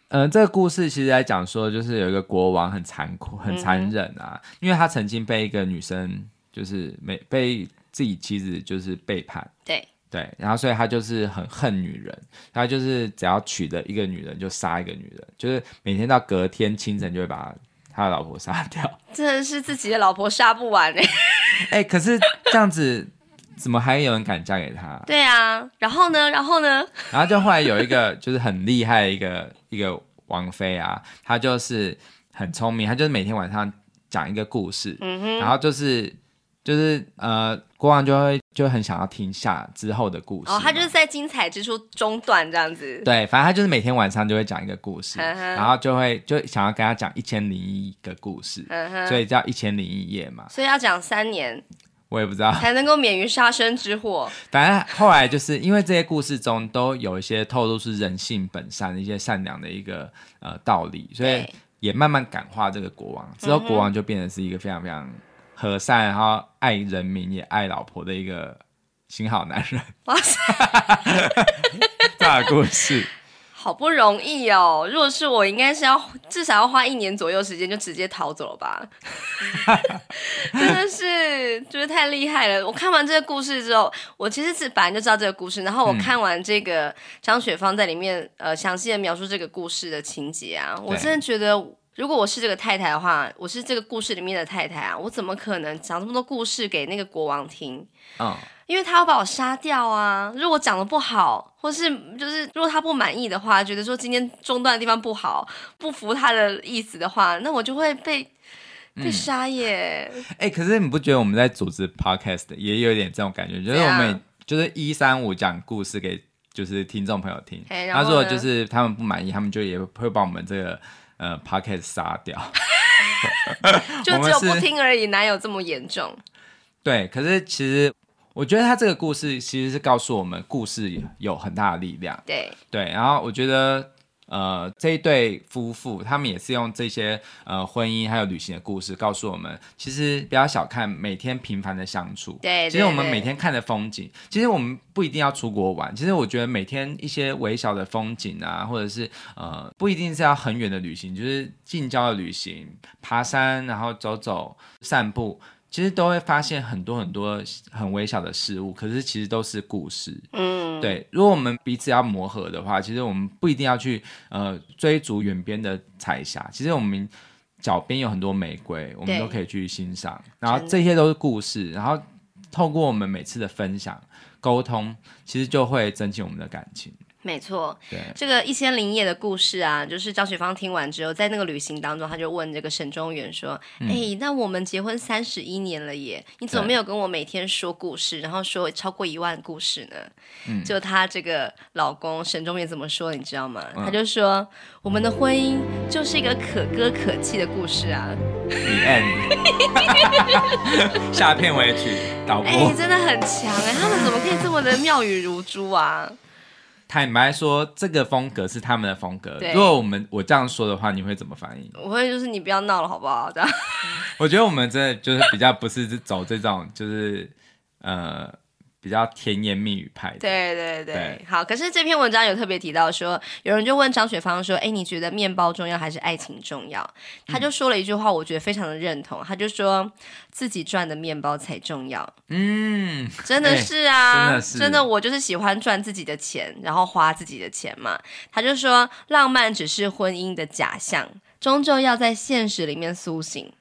[SPEAKER 2] 嗯，这个故事其实在讲说，就是有一个国王很残酷、很
[SPEAKER 1] 嗯
[SPEAKER 2] 残
[SPEAKER 1] 哼
[SPEAKER 2] 忍啊，因为他曾经被一个女生，就是没被自己妻子就是背叛，
[SPEAKER 1] 对，
[SPEAKER 2] 对，然后所以他就是很恨女人，他就是只要娶了一个女人就杀一个女人，就是每天到隔天清晨就会把他的老婆杀掉。
[SPEAKER 1] 真的是自己的老婆杀不完哎、
[SPEAKER 2] 哎、可是这样子怎么还有人敢嫁给他？
[SPEAKER 1] 对啊，然后呢，然后呢，
[SPEAKER 2] 然后就后来有一个就是很厉害的一个一个王妃啊，她就是很聪明，她就是每天晚上讲一个故事，
[SPEAKER 1] 嗯哼，
[SPEAKER 2] 然后就是就是呃，国王就会就很想要听下之后的故事嘛。
[SPEAKER 1] 哦，他就是在精彩之处中断这样子。
[SPEAKER 2] 对，反正他就是每天晚上就会讲一个故事，
[SPEAKER 1] 嗯哼
[SPEAKER 2] 然后就会就想要跟他讲一千零一个故事，
[SPEAKER 1] 嗯哼，
[SPEAKER 2] 所以叫一千零一夜嘛。
[SPEAKER 1] 所以要讲三年，
[SPEAKER 2] 我也不知道。
[SPEAKER 1] 才能够免于杀身之祸。
[SPEAKER 2] 反正后来就是因为这些故事中都有一些透露出人性本善、一些善良的一个呃道理，所以
[SPEAKER 1] 对嗯
[SPEAKER 2] 也慢慢感化这个国王。之后国王就变得是一个非常非常和善，然后爱人民也爱老婆的一个新好男人。
[SPEAKER 1] 哇塞，
[SPEAKER 2] 这样的故事，
[SPEAKER 1] 好不容易哦！如果是我，应该是要至少要花一年左右时间就直接逃走了 吧？真的是，就是太厉害了！我看完这个故事之后，我其实自本来就知道这个故事，然后我
[SPEAKER 2] 嗯
[SPEAKER 1] 看完这个张雪芳在里面呃详细的描述这个故事的情节啊，我
[SPEAKER 2] 对
[SPEAKER 1] 真的觉得。如果我是这个太太的话，我是这个故事里面的太太啊，我怎么可能讲这么多故事给那个国王听？
[SPEAKER 2] 嗯，
[SPEAKER 1] 因为他要把我杀掉啊！如果讲的不好，或是就是如果他不满意的话，觉得说今天中断的地方不好，不服他的意思的话，那我就会被
[SPEAKER 2] 嗯
[SPEAKER 1] 被杀耶！
[SPEAKER 2] 哎、可是你不觉得我们在组织 podcast 也有点这种感觉？就是我
[SPEAKER 1] 怎
[SPEAKER 2] 们
[SPEAKER 1] 样
[SPEAKER 2] 也就是一三五讲故事给就是听众朋友听，
[SPEAKER 1] 嘿然
[SPEAKER 2] 然后如
[SPEAKER 1] 后
[SPEAKER 2] 果
[SPEAKER 1] 呢
[SPEAKER 2] 就是他们不满意，他们就也会把我们这个呃 podcast 杀掉。
[SPEAKER 1] 就
[SPEAKER 2] 我们
[SPEAKER 1] 只有不
[SPEAKER 2] 是
[SPEAKER 1] 听而已，哪有这么严重？
[SPEAKER 2] 对，可是其实我觉得他这个故事其实是告诉我们，故事有很大的力量。
[SPEAKER 1] 对，
[SPEAKER 2] 对，然后我觉得。呃，这一对夫妇，他们也是用这些呃婚姻还有旅行的故事，告诉我们，其实不要小看每天平凡的相处。
[SPEAKER 1] 对
[SPEAKER 2] 其实我
[SPEAKER 1] 对
[SPEAKER 2] 们
[SPEAKER 1] 对
[SPEAKER 2] 每天看的风景，其实我们不一定要出国玩。其实我觉得每天一些微小的风景啊，或者是呃，不一定是要很远的旅行，就是近郊的旅行，爬山，然后走走、散步，其实都会发现很多很多很微小的事物，可是其实都是故事。
[SPEAKER 1] 嗯，
[SPEAKER 2] 对，如果我们彼此要磨合的话，其实我们不一定要去呃追逐远边的彩霞，其实我们脚边有很多玫瑰，我们
[SPEAKER 1] 对
[SPEAKER 2] 都可以去欣赏。然后
[SPEAKER 1] 真的
[SPEAKER 2] 这些都是故事，然后透过我们每次的分享沟通，其实就会增进我们的感情。
[SPEAKER 1] 没错。
[SPEAKER 2] 对，
[SPEAKER 1] 这个一千零一夜的故事啊，就是张雪芳听完之后，在那个旅行当中，他就问这个沈中原说：“
[SPEAKER 2] 嗯
[SPEAKER 1] 哎、那我们结婚三十一年了耶，你怎么
[SPEAKER 2] 对
[SPEAKER 1] 没有跟我每天说故事，然后说超过一万故事呢？”
[SPEAKER 2] 嗯
[SPEAKER 1] 就她这个老公沈中原怎么说，你知道吗？
[SPEAKER 2] 嗯
[SPEAKER 1] 他就说：“我们的婚姻就是一个可歌可泣的故事啊。”
[SPEAKER 2] 你 end，下片尾曲导播。
[SPEAKER 1] 哎、真的很强哎、他们怎么可以这么的妙语如珠啊？
[SPEAKER 2] 坦白说，这个风格是他们的风格
[SPEAKER 1] 对。
[SPEAKER 2] 如果我们我这样说的话，你会怎么反应？
[SPEAKER 1] 我会就是你不要闹了好不好？这样。
[SPEAKER 2] 我觉得我们真的就是比较不是走这种，就是呃比较甜言蜜语派的。，
[SPEAKER 1] 对对对，
[SPEAKER 2] 对
[SPEAKER 1] 好。可是这篇文章有特别提到说，有人就问张雪芳说：“哎，你觉得面包重要还是爱情重要？”
[SPEAKER 2] 嗯
[SPEAKER 1] 他就说了一句话，我觉得非常的认同。他就说自己赚的面包才重要，
[SPEAKER 2] 嗯，
[SPEAKER 1] 真的是啊，
[SPEAKER 2] 哎真的是
[SPEAKER 1] 我就是喜欢赚自己的钱，然后花自己的钱嘛。他就说，浪漫只是婚姻的假象，终究要在现实里面苏醒。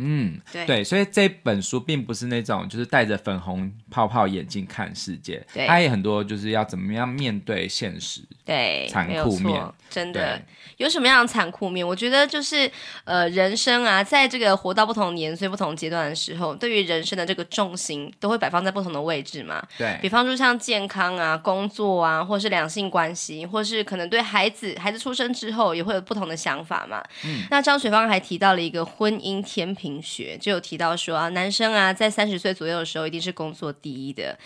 [SPEAKER 2] 嗯，
[SPEAKER 1] 对
[SPEAKER 2] 对，所以这本书并不是那种就是戴着粉红泡泡眼镜看世界
[SPEAKER 1] 对，
[SPEAKER 2] 它也很多就是要怎么样面对现实。
[SPEAKER 1] 对，
[SPEAKER 2] 残
[SPEAKER 1] 没有
[SPEAKER 2] 酷
[SPEAKER 1] 错
[SPEAKER 2] 面，
[SPEAKER 1] 真的
[SPEAKER 2] 对
[SPEAKER 1] 有什么样的残酷面？我觉得就是呃，人生啊，在这个活到不同年岁、不同阶段的时候，对于人生的这个重心都会摆放在不同的位置嘛。比
[SPEAKER 2] 对，
[SPEAKER 1] 方说像健康啊、工作啊，或是两性关系，或是可能对孩子，孩子出生之后也会有不同的想法嘛。那张雪芳还提到了一个婚姻天平学，就有提到说啊，男生啊在三十岁左右的时候一定是工作第一的。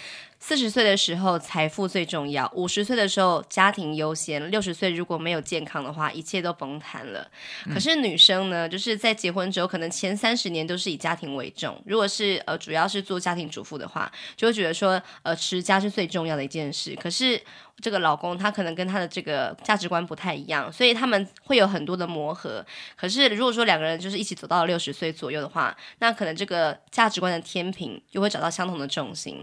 [SPEAKER 1] 四十岁的时候，财富最重要；五十岁的时候，家庭优先；六十岁如果没有健康的话，一切都甭谈了。可是女生呢，就是在结婚之后，可能前三十年都是以家庭为重。如果是呃，主要是做家庭主妇的话，就会觉得说，呃，持家是最重要的一件事。可是这个老公他可能跟他的这个价值观不太一样，所以他们会有很多的磨合。可是如果说两个人就是一起走到六十岁左右的话，那可能这个价值观的天平就会找到相同的重心。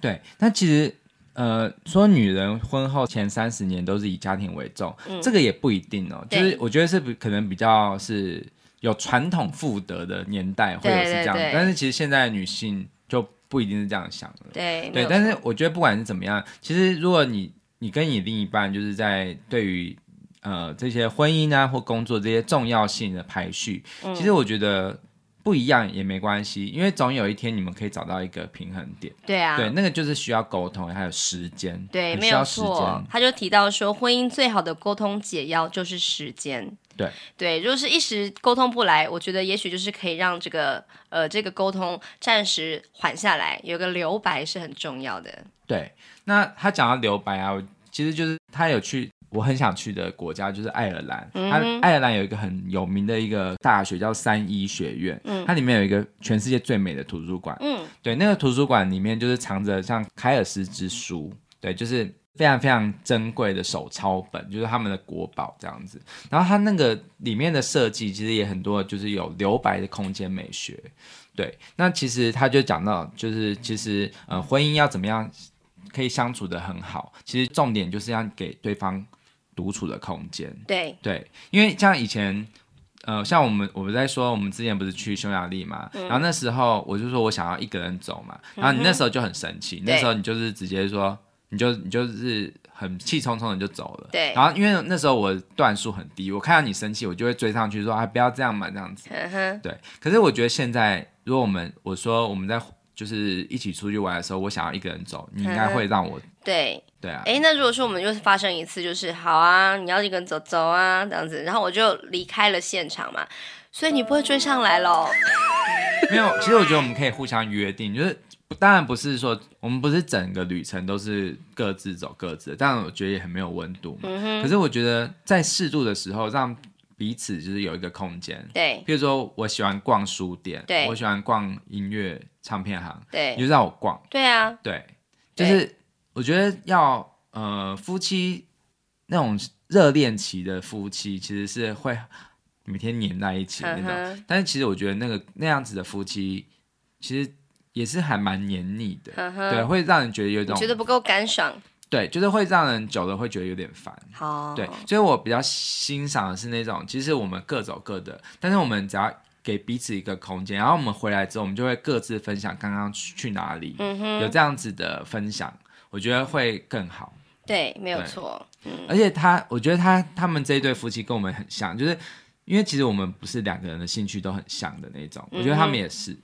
[SPEAKER 2] 对，那其实。呃，说女人婚后前三十年都是以家庭为重，这个也不一定哦。就
[SPEAKER 1] 嗯对
[SPEAKER 2] 是我觉得是比可能比较是有传统妇德的年代会有
[SPEAKER 1] 对
[SPEAKER 2] 是
[SPEAKER 1] 对
[SPEAKER 2] 这样，
[SPEAKER 1] 对
[SPEAKER 2] 但是其实现在的女性就不一定是这样想了。
[SPEAKER 1] 对，没
[SPEAKER 2] 对，
[SPEAKER 1] 有
[SPEAKER 2] 但
[SPEAKER 1] 错
[SPEAKER 2] 是我觉得不管是怎么样，其实如果你你跟你另一半就是在对于
[SPEAKER 1] 嗯
[SPEAKER 2] 呃这些婚姻啊或工作这些重要性的排序，其实我觉得不一样也没关系，因为总有一天你们可以找到一个平衡点。
[SPEAKER 1] 对啊，
[SPEAKER 2] 对，那个就是需要沟通，还有时间，
[SPEAKER 1] 对，
[SPEAKER 2] 很
[SPEAKER 1] 没
[SPEAKER 2] 需要
[SPEAKER 1] 有
[SPEAKER 2] 时
[SPEAKER 1] 错
[SPEAKER 2] 间。。
[SPEAKER 1] 他就提到说，婚姻最好的沟通解药就是时间。
[SPEAKER 2] 对
[SPEAKER 1] 对，如果是一时沟通不来，我觉得也许就是可以让这个呃这个沟通暂时缓下来，有个留白是很重要的。
[SPEAKER 2] 对，那他讲到留白啊，我其实就是他有去我很想去的国家，就是爱尔兰。
[SPEAKER 1] 嗯
[SPEAKER 2] 他爱尔兰有一个很有名的一个大学叫三一学院，它里面有一个全世界最美的图书馆。
[SPEAKER 1] 嗯，
[SPEAKER 2] 对，那个图书馆里面就是藏着像凯尔斯之书，对，就是非常非常珍贵的手抄本，就是他们的国宝这样子。然后它那个里面的设计其实也很多，就是有留白的空间美学。对，那其实他就讲到，就是其实呃，婚姻要怎么样可以相处的很好，其实重点就是要给对方独处的空间。
[SPEAKER 1] 对，
[SPEAKER 2] 对，因为像以前，呃，像我们我们在说，我们之前不是去匈牙利嘛，
[SPEAKER 1] 嗯
[SPEAKER 2] 然后那时候我就说我想要一个人走嘛，然后你那时候就很生气，
[SPEAKER 1] 对
[SPEAKER 2] 那时候你就是直接说，你就你就是很气冲冲的就走了，
[SPEAKER 1] 对
[SPEAKER 2] 然后因为那时候我段数很低，我看到你生气，我就会追上去说啊不要这样嘛这样子，
[SPEAKER 1] 嗯哼，
[SPEAKER 2] 对，可是我觉得现在如果我们我说我们在就是一起出去玩的时候，我想要一个人走，你应
[SPEAKER 1] 嗯
[SPEAKER 2] 该会让我。
[SPEAKER 1] 对。
[SPEAKER 2] 对啊，
[SPEAKER 1] 哎，那如果说我们就是发生一次，就是好啊，你要一个人走走啊这样子，然后我就离开了现场嘛，所以你不会追上来喽。
[SPEAKER 2] 没有，其实我觉得我们可以互相约定，就是不当然不是说我们不是整个旅程都是各自走各自的，但我觉得也很没有温度嘛。
[SPEAKER 1] 嗯
[SPEAKER 2] 可是我觉得在适度的时候，让彼此就是有一个空间。
[SPEAKER 1] 对
[SPEAKER 2] 譬如说，我喜欢逛书店，
[SPEAKER 1] 对
[SPEAKER 2] 我喜欢逛音乐唱片行，你
[SPEAKER 1] 对
[SPEAKER 2] 就让我逛。
[SPEAKER 1] 对啊，
[SPEAKER 2] 对，就是我觉得要呃夫妻那种热恋期的夫妻，其实是会每天黏在一起的那种。
[SPEAKER 1] 嗯哼
[SPEAKER 2] 但是其实我觉得那个那样子的夫妻，其实也是还蛮黏腻的，
[SPEAKER 1] 嗯
[SPEAKER 2] 对，
[SPEAKER 1] 哼，
[SPEAKER 2] 会让人觉得有一
[SPEAKER 1] 你
[SPEAKER 2] 种
[SPEAKER 1] 觉得不够干爽？
[SPEAKER 2] 对，就是会让人久了会觉得有点烦。
[SPEAKER 1] 好，
[SPEAKER 2] 对，所以我比较欣赏的是那种，其实我们各走各的，但是我们只要给彼此一个空间，然后我们回来之后，我们就会各自分享刚刚去去哪里，
[SPEAKER 1] 嗯哼，
[SPEAKER 2] 有这样子的分享，我觉得会更好。
[SPEAKER 1] 对，没有
[SPEAKER 2] 对呃
[SPEAKER 1] 错，嗯
[SPEAKER 2] 而且他，我觉得他他们这一对夫妻跟我们很像，就是因为其实我们不是两个人的兴趣都很像的那种，我觉得他
[SPEAKER 1] 嗯
[SPEAKER 2] 们也是。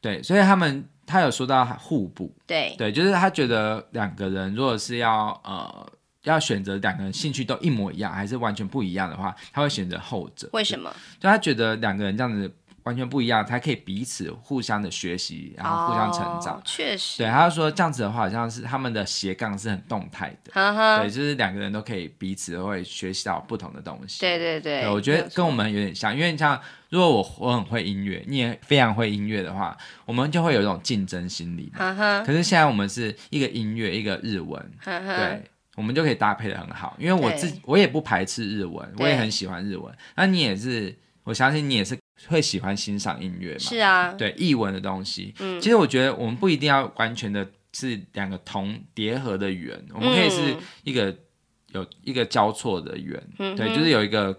[SPEAKER 2] 对，所以他们他有说到互补，
[SPEAKER 1] 对
[SPEAKER 2] 对，就是他觉得两个人如果是要呃要选择两个人兴趣都一模一样，还是完全不一样的话，他会选择后者。
[SPEAKER 1] 为什么？
[SPEAKER 2] 就他觉得两个人这样子完全不一样，才可以彼此互相的学习，然后互相成长。
[SPEAKER 1] 哦确实，
[SPEAKER 2] 对，他就说这样子的话，好像是他们的斜杠是很动态的，
[SPEAKER 1] 哈哈
[SPEAKER 2] 对，，就是两个人都可以彼此会学习到不同的东西。
[SPEAKER 1] 对对对，
[SPEAKER 2] 我觉
[SPEAKER 1] 没
[SPEAKER 2] 得
[SPEAKER 1] 有错
[SPEAKER 2] 跟我们有点像，因为像如果我我很会音乐，你也非常会音乐的话，我们就会有一种竞争心理嘛。
[SPEAKER 1] 哈哈
[SPEAKER 2] 可是现在我们是一个音乐，一个日文，
[SPEAKER 1] 哈哈，
[SPEAKER 2] 对。我们就可以搭配的很好，因为我自己我也不排斥日文，我也
[SPEAKER 1] 对
[SPEAKER 2] 很喜欢日文。那你也是，我相信你也是会喜欢欣赏音乐嘛？
[SPEAKER 1] 是啊，
[SPEAKER 2] 对译文的东西。
[SPEAKER 1] 嗯
[SPEAKER 2] 其实我觉得我们不一定要完全的是两个同叠合的圆，我们可以是一个有一个交错的圆，
[SPEAKER 1] 嗯嗯哼
[SPEAKER 2] 对，就是有一个。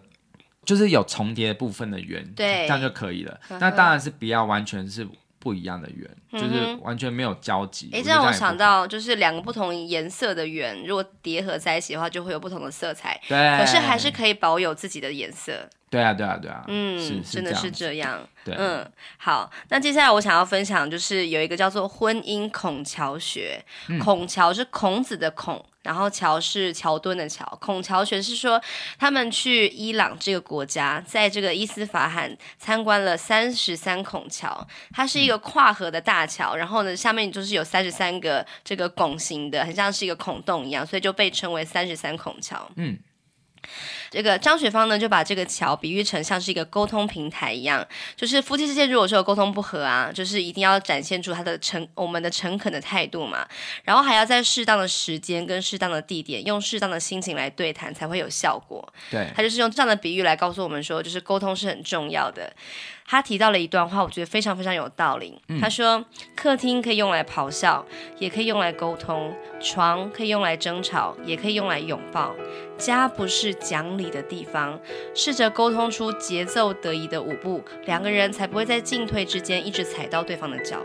[SPEAKER 2] 就是有重叠部分的圆，
[SPEAKER 1] 对
[SPEAKER 2] 这样就可以了。
[SPEAKER 1] 呵呵
[SPEAKER 2] 那当然是不要完全是不一样的圆，
[SPEAKER 1] 嗯
[SPEAKER 2] 就
[SPEAKER 1] 哼
[SPEAKER 2] 是完全没有交集。
[SPEAKER 1] 哎，
[SPEAKER 2] 觉
[SPEAKER 1] 这
[SPEAKER 2] 得
[SPEAKER 1] 让我
[SPEAKER 2] 样也不
[SPEAKER 1] 想到，就是两个不同颜色的圆，如果叠合在一起的话，就会有不同的色彩。
[SPEAKER 2] 对，
[SPEAKER 1] 可是还
[SPEAKER 2] 哎
[SPEAKER 1] 是可以保有自己的颜色，
[SPEAKER 2] 对啊，对啊，对啊，
[SPEAKER 1] 嗯
[SPEAKER 2] 是，
[SPEAKER 1] 真的
[SPEAKER 2] 这样
[SPEAKER 1] 是
[SPEAKER 2] 子
[SPEAKER 1] 这样。
[SPEAKER 2] 对，啊
[SPEAKER 1] 嗯，好，那接下来我想要分享就是有一个叫做婚姻孔桥学，
[SPEAKER 2] 嗯
[SPEAKER 1] 孔桥是孔子的孔。然后桥是桥墩的桥，孔桥学是说他们去伊朗这个国家，在这个伊斯法罕参观了三十三孔桥，它是一个跨河的大桥，然后呢下面就是有三十三个这个拱形的，很像是一个孔洞一样，所以就被称为三十三孔桥。
[SPEAKER 2] 嗯，
[SPEAKER 1] 这个张雪芳呢就把这个桥比喻成像是一个沟通平台一样，就是夫妻之间如果说有沟通不和啊，就是一定要展现出他的诚，我们的诚恳的态度嘛，然后还要在适当的时间跟适当的地点，用适当的心情来对谈才会有效果。
[SPEAKER 2] 对，
[SPEAKER 1] 他就是用这样的比喻来告诉我们说，就是沟通是很重要的。他提到了一段话，我觉得非常非常有道理。他说，客厅可以用来咆哮，也可以用来沟通；床可以用来争吵，也可以用来拥抱。家不是讲理的地方，试着沟通出节奏得宜的舞步，两个人才不会在进退之间一直踩到对方的脚。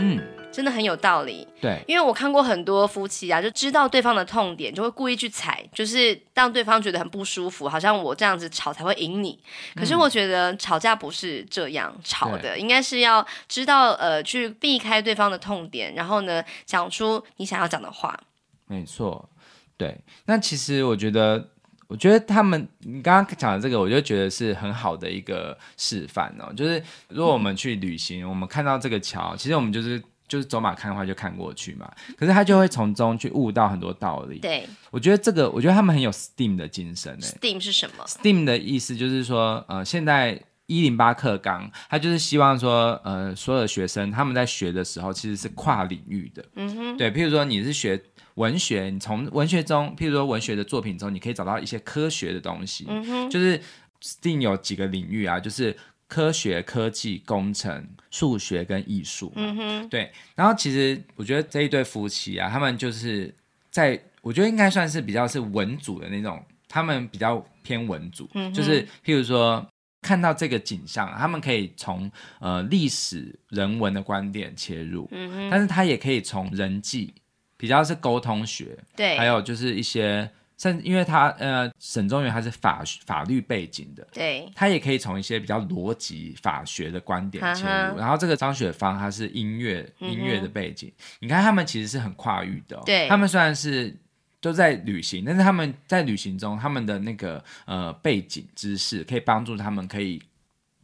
[SPEAKER 2] 嗯，
[SPEAKER 1] 真的很有道理。
[SPEAKER 2] 对，
[SPEAKER 1] 因为我看过很多夫妻啊，就知道对方的痛点，就会故意去踩，就是让对方觉得很不舒服，好像我这样子吵才会赢你。可是我觉得吵架不是这样吵的，应该是要知道呃去避开对方的痛点，然后呢讲出你想要讲的话。
[SPEAKER 2] 没错，对。那其实我觉得，我觉得他们你刚刚讲的这个，我就觉得是很好的一个示范哦。就是如果我们去旅行，我们看到这个桥，其实我们就是就是走马看花就看过去嘛，可是他就会从中去悟到很多道理。
[SPEAKER 1] 对
[SPEAKER 2] 我觉得这个，我觉得他们很有 STEAM 的精神欸诶、
[SPEAKER 1] ，STEAM 是什么？
[SPEAKER 2] STEAM 的意思就是说，呃，现在一零八课纲，它就是希望说，呃，所有的学生他们在学的时候其实是跨领域的，嗯哼，对，譬如说你是学文学，你从文学中，譬如说文学的作品中，你可以找到一些科学的东西，嗯哼，就是 STEAM 有几个领域啊，就是。科学、科技、工程、数学跟艺术，嗯哼，对。然后其实我觉得这一对夫妻啊，他们就是在我觉得应该算是比较是文组的那种，他们比较偏文组，就是譬如说看到这个景象，啊他们可以从呃历史人文的观点切入，
[SPEAKER 1] 嗯
[SPEAKER 2] 但是他也可以从人际比较是沟通学，
[SPEAKER 1] 对，
[SPEAKER 2] 还有就是一些甚，因为他呃沈中原他是法法律背景的，
[SPEAKER 1] 对
[SPEAKER 2] 他也可以从一些比较逻辑法学的观点切入。
[SPEAKER 1] 哈哈
[SPEAKER 2] 然后这个张雪芳，她是音乐音乐的背景，你看他们其实是很跨域的、哦。
[SPEAKER 1] 对
[SPEAKER 2] 他们虽然是都在旅行，但是他们在旅行中，他们的那个呃背景知识可以帮助他们可以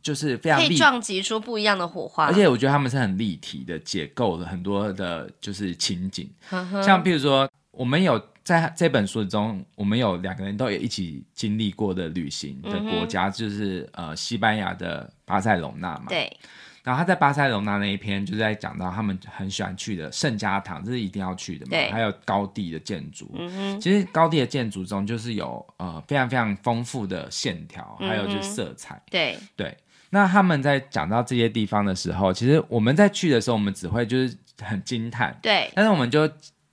[SPEAKER 2] 就是非常
[SPEAKER 1] 可以
[SPEAKER 2] 立
[SPEAKER 1] 撞击出不一样的火花。
[SPEAKER 2] 而且我觉得他啊们是很立体的解构了很多的，就是情景，
[SPEAKER 1] 嗯
[SPEAKER 2] 像譬如说，我们有在这本书中，我们有两个人都有一起经历过的旅行的国家，就是呃西班牙的巴塞隆纳嘛。。
[SPEAKER 1] 嗯对，
[SPEAKER 2] 然后他在巴塞隆纳那一篇就是在讲到他们很喜欢去的圣家堂，这是一定要去的嘛
[SPEAKER 1] 对。嗯
[SPEAKER 2] 还有高地的建筑，其实高地的建筑中就是有呃非常非常丰富的线条，还有就是色彩。
[SPEAKER 1] 对，
[SPEAKER 2] 对，那他们在讲到这些地方的时候，其实我们在去的时候，我们只会就是很惊叹，
[SPEAKER 1] 对，
[SPEAKER 2] 但是我们就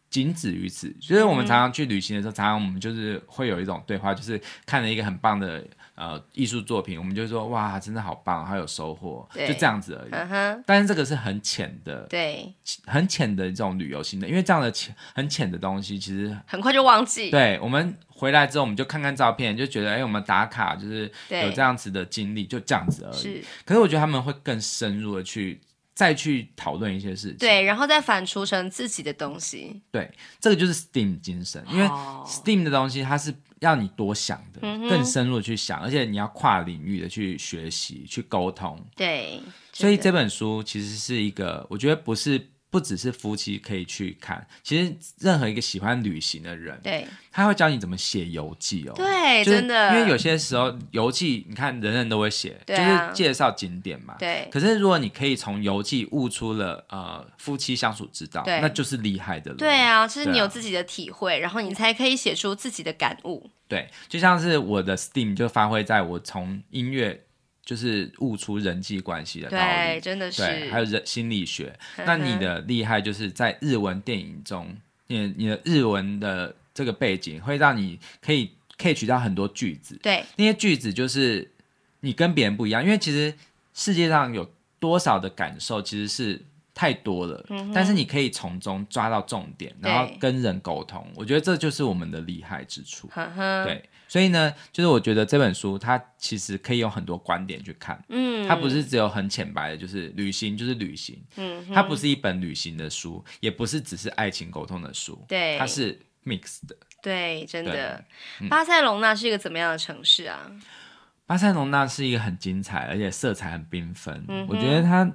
[SPEAKER 2] 仅止于此。就是
[SPEAKER 1] 嗯
[SPEAKER 2] 我们常常去旅行的时候，常常我们就是会有一种对话，就是看了一个很棒的呃艺术作品，我们就说哇，真的好棒，好有收获，
[SPEAKER 1] 对
[SPEAKER 2] 就这样子而已。
[SPEAKER 1] 嗯哼，
[SPEAKER 2] 但是这个是很浅的、
[SPEAKER 1] 对，
[SPEAKER 2] 很浅的这种旅游心的，因为这样的浅、很浅的东西，其实
[SPEAKER 1] 很快就忘记。
[SPEAKER 2] 对我们回来之后，我们就看看照片，就觉得哎、我们打卡就是
[SPEAKER 1] 对
[SPEAKER 2] 有这样子的经历，就这样子而已。
[SPEAKER 1] 是，
[SPEAKER 2] 可是我觉得他们会更深入的去再去讨论一些事情。，
[SPEAKER 1] 对，然后再反刍成自己的东西。
[SPEAKER 2] 这个就是 STEAM 精神，因为
[SPEAKER 1] 哦嗯
[SPEAKER 2] STEAM 的东西它是让你多想的，更深入的去想，而且你要跨领域的去学习、去沟通。
[SPEAKER 1] 对，
[SPEAKER 2] 所以
[SPEAKER 1] 真
[SPEAKER 2] 这本书其实是一个，我觉得不是。不只是夫妻可以去看，其实任何一个喜欢旅行的人
[SPEAKER 1] 的，对
[SPEAKER 2] 他会教你怎么写游记哦。
[SPEAKER 1] 对，
[SPEAKER 2] 就是
[SPEAKER 1] 真的，
[SPEAKER 2] 因为有些时候游记，你看人人都会写，
[SPEAKER 1] 对啊
[SPEAKER 2] 就是介绍景点嘛。
[SPEAKER 1] 对
[SPEAKER 2] 可是如果你可以从游记悟出了呃夫妻相处之道，
[SPEAKER 1] 对
[SPEAKER 2] 那就是厉害的了。
[SPEAKER 1] 对啊，就是
[SPEAKER 2] 对
[SPEAKER 1] 你
[SPEAKER 2] 啊
[SPEAKER 1] 有自己的体会，然后你才可以写出自己的感悟。
[SPEAKER 2] 对，就像是我的 Steam 就发挥在我从音乐就是悟出人际关系的道
[SPEAKER 1] 对，
[SPEAKER 2] 理，
[SPEAKER 1] 真的
[SPEAKER 2] 对，还有
[SPEAKER 1] 是，
[SPEAKER 2] 人心理学。
[SPEAKER 1] 嗯哼
[SPEAKER 2] 那你的厉害就是在日文电影中，你你的日文的这个背景会让你可以 catch 到很多句子，
[SPEAKER 1] 对
[SPEAKER 2] 那些句子就是你跟别人不一样，因为其实世界上有多少的感受其实是太多了，但是你可以从中抓到重点，
[SPEAKER 1] 嗯对
[SPEAKER 2] 然后跟人沟通，我觉得这就是我们的厉害之处。
[SPEAKER 1] 呵呵，
[SPEAKER 2] 对，所以呢，就是我觉得这本书它其实可以有很多观点去看，
[SPEAKER 1] 嗯，
[SPEAKER 2] 它不是只有很浅白的，就是旅行就是旅行，
[SPEAKER 1] 嗯
[SPEAKER 2] 它不是一本旅行的书，也不是只是爱情沟通的书，
[SPEAKER 1] 对，
[SPEAKER 2] 它是嗯 mix 的。
[SPEAKER 1] 对，真的，巴塞隆纳是一个怎么样的城市啊？
[SPEAKER 2] 巴塞隆纳是一个很精彩，而且色彩很缤纷。我觉得它，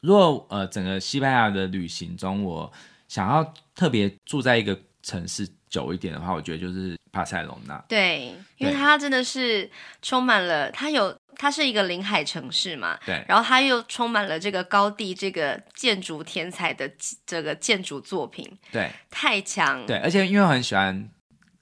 [SPEAKER 2] 如果呃整个西班牙的旅行中，我想要特别住在一个城市久一点的话，我觉得就是巴塞隆纳。
[SPEAKER 1] 对，因为
[SPEAKER 2] 对
[SPEAKER 1] 它真的是充满了，它有它是一个临海城市嘛，
[SPEAKER 2] 对
[SPEAKER 1] 然后它又充满了这个高地这个建筑天才的这个建筑作品，
[SPEAKER 2] 对
[SPEAKER 1] 太强，
[SPEAKER 2] 对，而且因为我很喜欢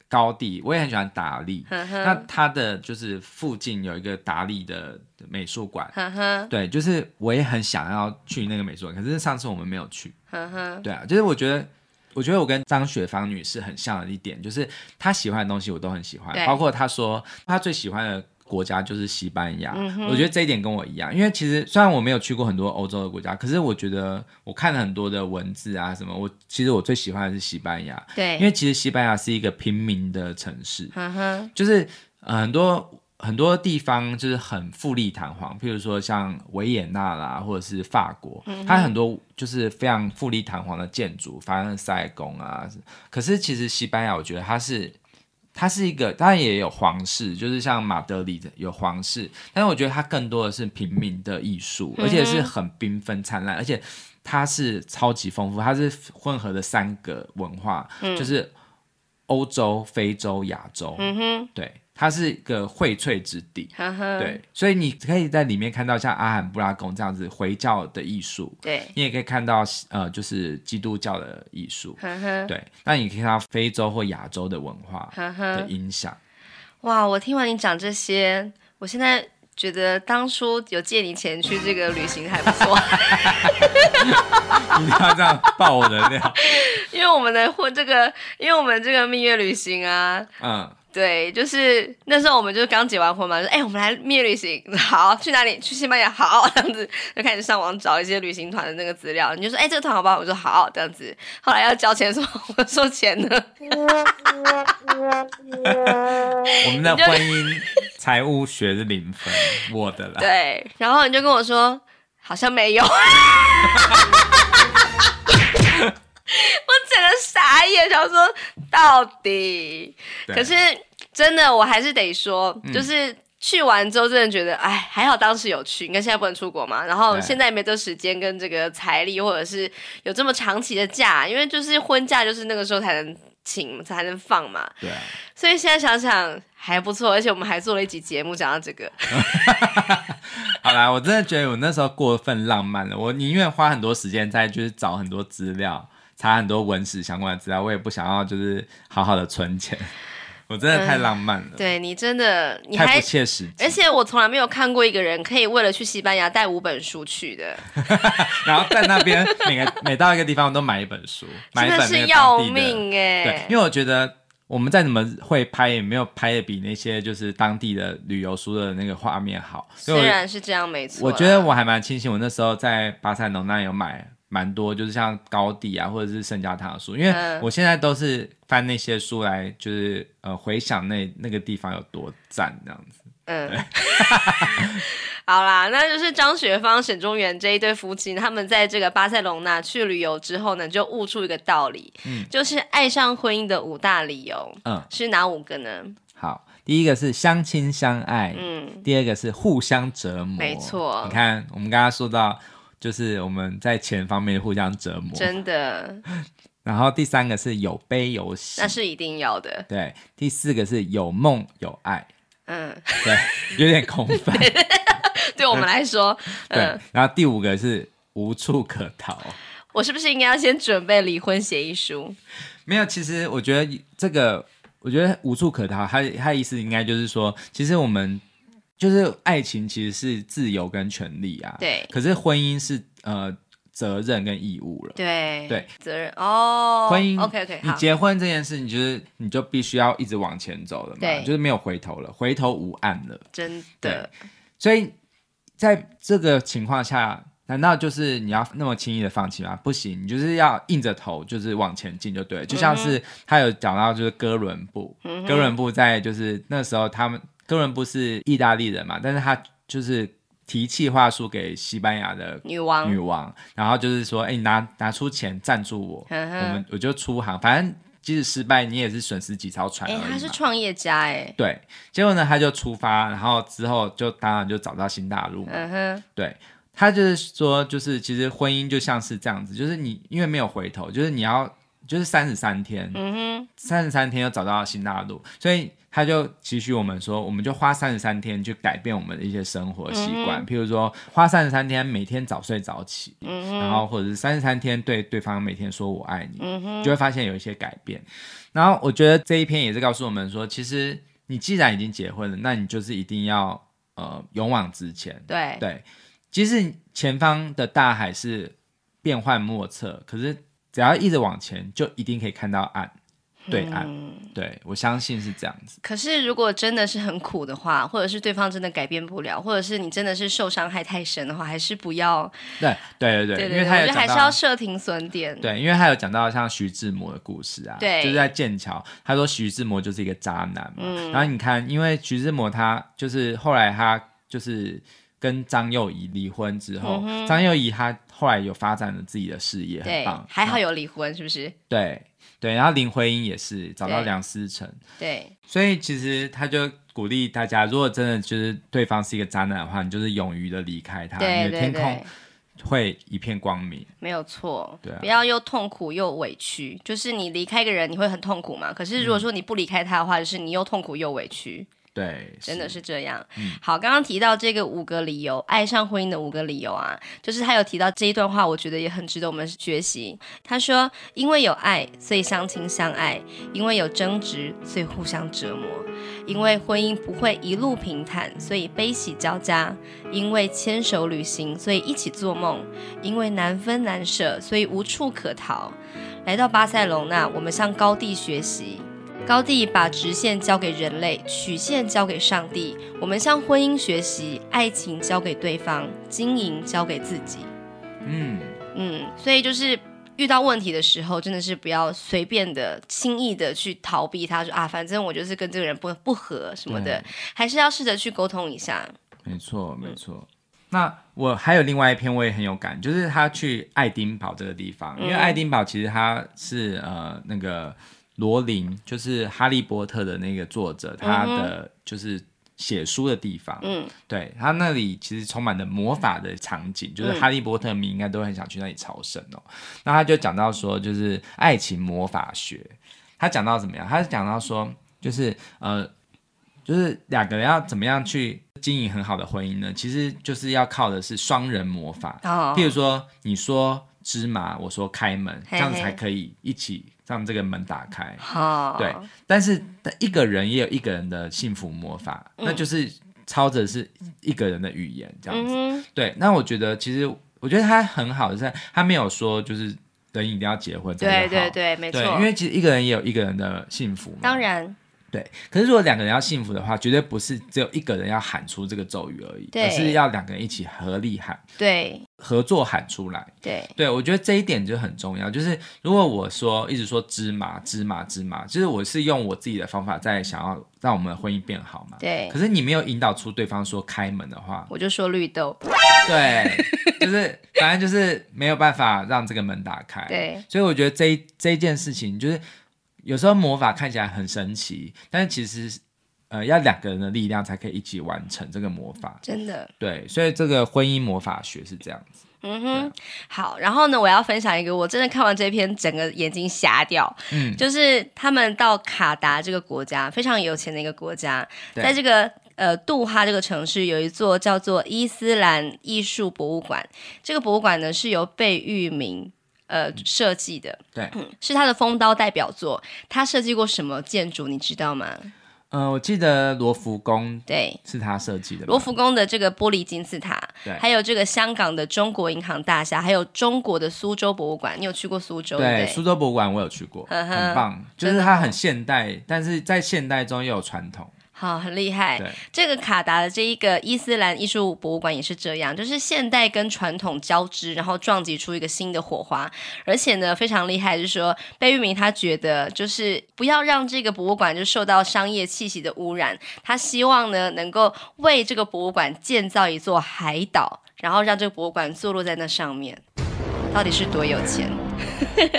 [SPEAKER 2] 高地，我也很喜欢达利。
[SPEAKER 1] 呵呵，
[SPEAKER 2] 那它的就是附近有一个达利的美术馆，
[SPEAKER 1] 呵呵
[SPEAKER 2] 对，就是我也很想要去那个美术馆，可是上次我们没有去。
[SPEAKER 1] 呵呵，
[SPEAKER 2] 对啊，就是我觉得，我觉得我跟张雪芳女士很像的一点，就是她喜欢的东西我都很喜欢
[SPEAKER 1] 对，
[SPEAKER 2] 包括她说她最喜欢的国家就是西班牙。
[SPEAKER 1] 嗯哼
[SPEAKER 2] 我觉得这一点跟我一样，因为其实虽然我没有去过很多欧洲的国家，可是我觉得我看了很多的文字啊什么，我其实我最喜欢的是西班牙，
[SPEAKER 1] 对，
[SPEAKER 2] 因为其实西班牙是一个平民的城市，
[SPEAKER 1] 嗯哼，
[SPEAKER 2] 就是、呃、很多很多地方就是很富丽堂皇，譬如说像维也纳啦，或者是法国，
[SPEAKER 1] 嗯
[SPEAKER 2] 它很多就是非常富丽堂皇的建筑，凡尔赛宫啊。可是其实西班牙，我觉得它是。它是一个，当然也有皇室，就是像马德里的有皇室，但是我觉得它更多的是平民的艺术，而且是
[SPEAKER 1] 嗯
[SPEAKER 2] 很缤纷灿烂，而且它是超级丰富，它是混合的三个文化，就是欧洲、非洲、亚洲，
[SPEAKER 1] 嗯哼，
[SPEAKER 2] 对，它是一个荟萃之地。
[SPEAKER 1] 嗯哼，
[SPEAKER 2] 对，所以你可以在里面看到像阿罕布拉宫这样子回教的艺术，
[SPEAKER 1] 对，
[SPEAKER 2] 你也可以看到呃，就是基督教的艺术。
[SPEAKER 1] 嗯哼，
[SPEAKER 2] 对，那你可以看到非洲或亚洲的文化
[SPEAKER 1] 嗯
[SPEAKER 2] 的
[SPEAKER 1] 哼，
[SPEAKER 2] 影响。
[SPEAKER 1] 哇！我听完你讲这些，我现在觉得当初有借你钱去这个旅行还不错。
[SPEAKER 2] 你一定要这样爆我的料，
[SPEAKER 1] 因为我们的婚这个，因为我们这个蜜月旅行啊，
[SPEAKER 2] 嗯，
[SPEAKER 1] 对，就是那时候我们就是刚结完婚嘛，就说哎、我们来蜜月旅行， 好，去哪里？去西班牙， 好，这样子就开始上网找一些旅行团的那个资料。你就说哎、这个团好不好？我说好，这样子。后来要交钱的时候， 我说钱呢？
[SPEAKER 2] 我们的婚姻财务学是零分，我的啦。
[SPEAKER 1] 对，然后你就跟我说好像没有， 我整个傻眼，想说到底。
[SPEAKER 2] 对嗯
[SPEAKER 1] 可是真的，我还是得说，就是去完之后，真的觉得，哎，还好当时有去，你看现在不能出国嘛，然后
[SPEAKER 2] 对
[SPEAKER 1] 现在没这时间跟这个财力，或者是有这么长期的假，因为就是婚假就是那个时候才能请才能放嘛，
[SPEAKER 2] 对啊，
[SPEAKER 1] 所以现在想想还不错，而且我们还做了一集节目讲到这个，
[SPEAKER 2] 嗯 好啦，我真的觉得我那时候过分浪漫了。我宁愿花很多时间在就是找很多资料，查很多文史相关的资料，我也不想要就是好好的存钱。 我真的太浪漫了，
[SPEAKER 1] 嗯对你真的你
[SPEAKER 2] 太
[SPEAKER 1] 还哎
[SPEAKER 2] 不。切实际
[SPEAKER 1] 而。 且我从来没有看过一个人可以为了去西班牙带五本书去的，
[SPEAKER 2] 然后在那边每个每到一个地方我都买一本书，买
[SPEAKER 1] 真
[SPEAKER 2] 一本
[SPEAKER 1] 的
[SPEAKER 2] 那个
[SPEAKER 1] 是要
[SPEAKER 2] 当地的
[SPEAKER 1] 命哎、
[SPEAKER 2] 对，因为我觉得我们再怎么会拍，也没有拍的比那些就是当地的旅游书的那个画面好。所以
[SPEAKER 1] 虽
[SPEAKER 2] 我
[SPEAKER 1] 然是啊这样没错啦，啊
[SPEAKER 2] 我觉得我还蛮庆幸，我那时候在巴塞罗那有买蛮多，就是像高地啊，或者是圣家堂的书，因为
[SPEAKER 1] 嗯
[SPEAKER 2] 我现在都是翻那些书来，就是呃回想那那个地方有多赞这样子。
[SPEAKER 1] 嗯， 好啦，那就是张雪芳、沈中原这一对夫妻，他们在这个巴塞隆纳去旅游之后呢，就悟出一个道理，
[SPEAKER 2] 嗯
[SPEAKER 1] 就是爱上婚姻的五大理由
[SPEAKER 2] 嗯，
[SPEAKER 1] 是哪五个呢？
[SPEAKER 2] 好，第一个是相亲相爱，
[SPEAKER 1] 嗯，
[SPEAKER 2] 第二个是互相折磨，
[SPEAKER 1] 没错
[SPEAKER 2] 你看，我们刚刚说到。就是我们在钱方面互相折磨，
[SPEAKER 1] 真的，
[SPEAKER 2] 然后第三个是有悲有喜
[SPEAKER 1] 那，是一定要的，
[SPEAKER 2] 对，第四个是有梦有爱，
[SPEAKER 1] 嗯，
[SPEAKER 2] 对，有点空泛，
[SPEAKER 1] 对我们来 说，
[SPEAKER 2] 对
[SPEAKER 1] 嗯，，
[SPEAKER 2] 然后第五个是无处可逃。
[SPEAKER 1] 我是不是应该要先准备离婚协议书？
[SPEAKER 2] 没有，其实我觉得这个，我觉得无处可逃，他他的意思应该就是说，其实我们就是爱情其实是自由跟权利啊，，
[SPEAKER 1] 对
[SPEAKER 2] 可是婚姻是呃责任跟义务了。
[SPEAKER 1] 对
[SPEAKER 2] 对，
[SPEAKER 1] 责任哦，
[SPEAKER 2] 婚姻
[SPEAKER 1] OK OK
[SPEAKER 2] 你
[SPEAKER 1] 好，
[SPEAKER 2] 结婚这件事，你就是你就必须要一直往前走了嘛
[SPEAKER 1] 对，
[SPEAKER 2] 就是没有回头了，回头无岸了。
[SPEAKER 1] 真的，
[SPEAKER 2] 所以在这个情况下，难道就是你要那么轻易的放弃吗？不行，你就是要硬着头，就是往前进就对了。就像是他有讲到，就是哥伦布，
[SPEAKER 1] 嗯
[SPEAKER 2] 哥
[SPEAKER 1] 哼，
[SPEAKER 2] 伦布在就是那时候他们哥伦布是意大利人嘛，但是他就是提气话书给西班牙的
[SPEAKER 1] 女王，
[SPEAKER 2] 女王，然后就是说，哎、你拿拿出钱赞助我，
[SPEAKER 1] 嗯
[SPEAKER 2] 我
[SPEAKER 1] 哼
[SPEAKER 2] 们，我就出航，反正即使失败，你也是损失几艘船而
[SPEAKER 1] 哎
[SPEAKER 2] 已，嘛。
[SPEAKER 1] 他是创业家，哎，
[SPEAKER 2] 对，结果呢，他就出发，然后之后就当然就找到新大陆嘛。
[SPEAKER 1] 嗯哼。
[SPEAKER 2] 对他就是说，就是其实婚姻就像是这样子，就是你因为没有回头，就是你要就是三十三天，
[SPEAKER 1] 嗯
[SPEAKER 2] 三十三天又找到新大陆，所以他就期许我们说，我们就花三十三天去改变我们的一些生活习惯，譬如说花三十三天每天早睡早起，
[SPEAKER 1] 嗯
[SPEAKER 2] 然后或者是三十三天对对方每天说我爱你，
[SPEAKER 1] 嗯
[SPEAKER 2] 就会发现有一些改变。然后我觉得这一篇也是告诉我们说，其实你既然已经结婚了，那你就是一定要呃勇往直前，
[SPEAKER 1] 哼，对，
[SPEAKER 2] 对，即使前方的大海是变幻莫测，可是只要一直往前，就一定可以看到岸。
[SPEAKER 1] 嗯
[SPEAKER 2] 对啊岸。对我相信是这样子。
[SPEAKER 1] 可是，如果真的是很苦的话，或者是对方真的改变不了，或者是你真的是受伤害太深的话，还是不要。
[SPEAKER 2] 对对对
[SPEAKER 1] 对
[SPEAKER 2] 因
[SPEAKER 1] 对对，
[SPEAKER 2] 为他
[SPEAKER 1] 我觉得
[SPEAKER 2] 有讲
[SPEAKER 1] 还是
[SPEAKER 2] 到
[SPEAKER 1] 要设停损点。
[SPEAKER 2] 对，因为他有讲到像徐志摩的故事啊，
[SPEAKER 1] 对
[SPEAKER 2] 就是在剑桥，他说徐志摩就是一个渣男嘛。
[SPEAKER 1] 嗯
[SPEAKER 2] 然后你看，因为徐志摩他就是后来他就是跟张幼仪离婚之后，
[SPEAKER 1] 嗯
[SPEAKER 2] 张幼仪她后来有发展了自己的事业，很
[SPEAKER 1] 对
[SPEAKER 2] 棒，，
[SPEAKER 1] 还好
[SPEAKER 2] 有
[SPEAKER 1] 有离婚，是不是？
[SPEAKER 2] 对对，然后林徽因也是找到
[SPEAKER 1] 对
[SPEAKER 2] 梁思成，
[SPEAKER 1] 对，
[SPEAKER 2] 所以其实他就鼓励大家，如果真的就是对方是一个渣男的话，你就是勇于的离开他，
[SPEAKER 1] 对
[SPEAKER 2] 你的
[SPEAKER 1] 对
[SPEAKER 2] 啊天空
[SPEAKER 1] 对，
[SPEAKER 2] 会一片光明。
[SPEAKER 1] 没有错。
[SPEAKER 2] 对啊
[SPEAKER 1] 不要又痛苦又委屈，就是你离开一个人，你会很痛苦嘛。可是如
[SPEAKER 2] 嗯
[SPEAKER 1] 果说你不离开他的话，就是你又痛苦又委屈，
[SPEAKER 2] 对，
[SPEAKER 1] 真的是这样。
[SPEAKER 2] 嗯
[SPEAKER 1] 好，刚刚提到这个五个理由，爱上婚姻的五个理由啊，就是他有提到这一段话，我觉得也很值得我们学习。他说：“因为有爱，所以相亲相爱；因为有争执，所以互相折磨；因为婚姻不会一路平坦，所以悲喜交加；因为牵手旅行，所以一起做梦；因为难分难舍，所以无处可逃。”来到巴塞隆纳，我们向高地学习。高地把直线交给人类，曲线交给上帝。我们向婚姻学习，爱情交给对方，经营交给自己。
[SPEAKER 2] 嗯。
[SPEAKER 1] 嗯，所以就是遇到问题的时候，真的是不要随便的、轻易的去逃避他，说啊，反正我就是跟这个人不不合什么的，还是要试着去沟通一下。
[SPEAKER 2] 没错，没错。那我还有另外一篇我也很有感，就是他去爱丁堡这个地方，因为爱丁堡其实他是呃那个罗琳，就是《哈利波特》的那个作者，他的就是写书的地方。
[SPEAKER 1] 嗯，
[SPEAKER 2] 对他那里其实充满了魔法的场景，就是
[SPEAKER 1] 嗯
[SPEAKER 2] 哈利波特迷应该都很想去那里朝圣哦。那他就讲到说，就是爱情魔法学，他讲到怎么样？他讲到说，就是呃，就是两个人要怎么样去经营很好的婚姻呢？其实就是要靠的是双人魔法，
[SPEAKER 1] 哦
[SPEAKER 2] 嗯譬，如说你说芝麻，我说开门，
[SPEAKER 1] 嘿
[SPEAKER 2] 这样子
[SPEAKER 1] 嘿
[SPEAKER 2] 才可以一起让这个门打开。
[SPEAKER 1] 好，
[SPEAKER 2] 对，但是一个人也有一个人的幸福魔法，那就是操着是一个人的语言这样
[SPEAKER 1] 嗯
[SPEAKER 2] 子。
[SPEAKER 1] 哼，
[SPEAKER 2] 对，那我觉觉得其实我觉得他很好的是，他没有说就是人一定要结婚才
[SPEAKER 1] 对
[SPEAKER 2] 会
[SPEAKER 1] 对
[SPEAKER 2] 好
[SPEAKER 1] 对，没错，
[SPEAKER 2] 对，因为其实一个人也有一个人的幸福嘛。
[SPEAKER 1] 当然
[SPEAKER 2] 对，可是如果两个人要幸福的话，绝对不是只有一个人要喊出这个咒语而已，
[SPEAKER 1] 对
[SPEAKER 2] 而是要两个人一起合力喊、
[SPEAKER 1] 对
[SPEAKER 2] 合作喊出来。
[SPEAKER 1] 对，
[SPEAKER 2] 对，我觉得这一点就很重要。就是如果我说一直说芝麻、芝麻、芝麻，就是我是用我自己的方法在想要让我们的婚姻变好嘛。
[SPEAKER 1] 对
[SPEAKER 2] 可是你没有引导出对方说开门的话，
[SPEAKER 1] 我就说绿豆，
[SPEAKER 2] 对， 就是反正就是没有办法让这个门打开。，
[SPEAKER 1] 对
[SPEAKER 2] 所以我觉得这一这一件事情，就是有时候魔法看起来很神奇，但是其实呃要两个人的力量才可以一起完成这个魔法。
[SPEAKER 1] 真的。
[SPEAKER 2] 对，所以这个婚姻魔法学是这样子。
[SPEAKER 1] 嗯哼，好，然后呢，我要分享一个，我真的看完这篇，整个眼睛瞎掉。
[SPEAKER 2] 嗯
[SPEAKER 1] 就是他们到卡达这个国家，非常有钱的一个国家，
[SPEAKER 2] 对
[SPEAKER 1] 在这个呃杜哈这个城市，有一座叫做伊斯兰艺术博物馆。这个博物馆呢是由贝聿铭呃设计的，
[SPEAKER 2] 嗯对
[SPEAKER 1] 嗯是他的风刀代表作。他设计过什么建筑，你知道吗？
[SPEAKER 2] 呃，我记得罗浮宫
[SPEAKER 1] 对，
[SPEAKER 2] 是他设计的吧，
[SPEAKER 1] 罗浮宫的这个玻璃金字塔
[SPEAKER 2] 对，
[SPEAKER 1] 还有这个香港的中国银行大厦，还有中国的苏州博物馆，你有去过苏州对
[SPEAKER 2] 对
[SPEAKER 1] 不
[SPEAKER 2] 苏州博物馆我有去过，
[SPEAKER 1] 嗯哼
[SPEAKER 2] 很棒，就
[SPEAKER 1] 真
[SPEAKER 2] 是
[SPEAKER 1] 的
[SPEAKER 2] 它
[SPEAKER 1] 哦
[SPEAKER 2] 很现代，但是在现代中又有传统。
[SPEAKER 1] 好，很厉害。
[SPEAKER 2] 对
[SPEAKER 1] 这个卡达的这一个伊斯兰艺术博物馆也是这样，就是现代跟传统交织，然后撞击出一个新的火花。而且呢，非常厉害，就是说贝聿铭他觉得，就是不要让这个博物馆就受到商业气息的污染，他希望呢能够为这个博物馆建造一座海岛，然后让这个博物馆坐落在那上面。到底是多有钱？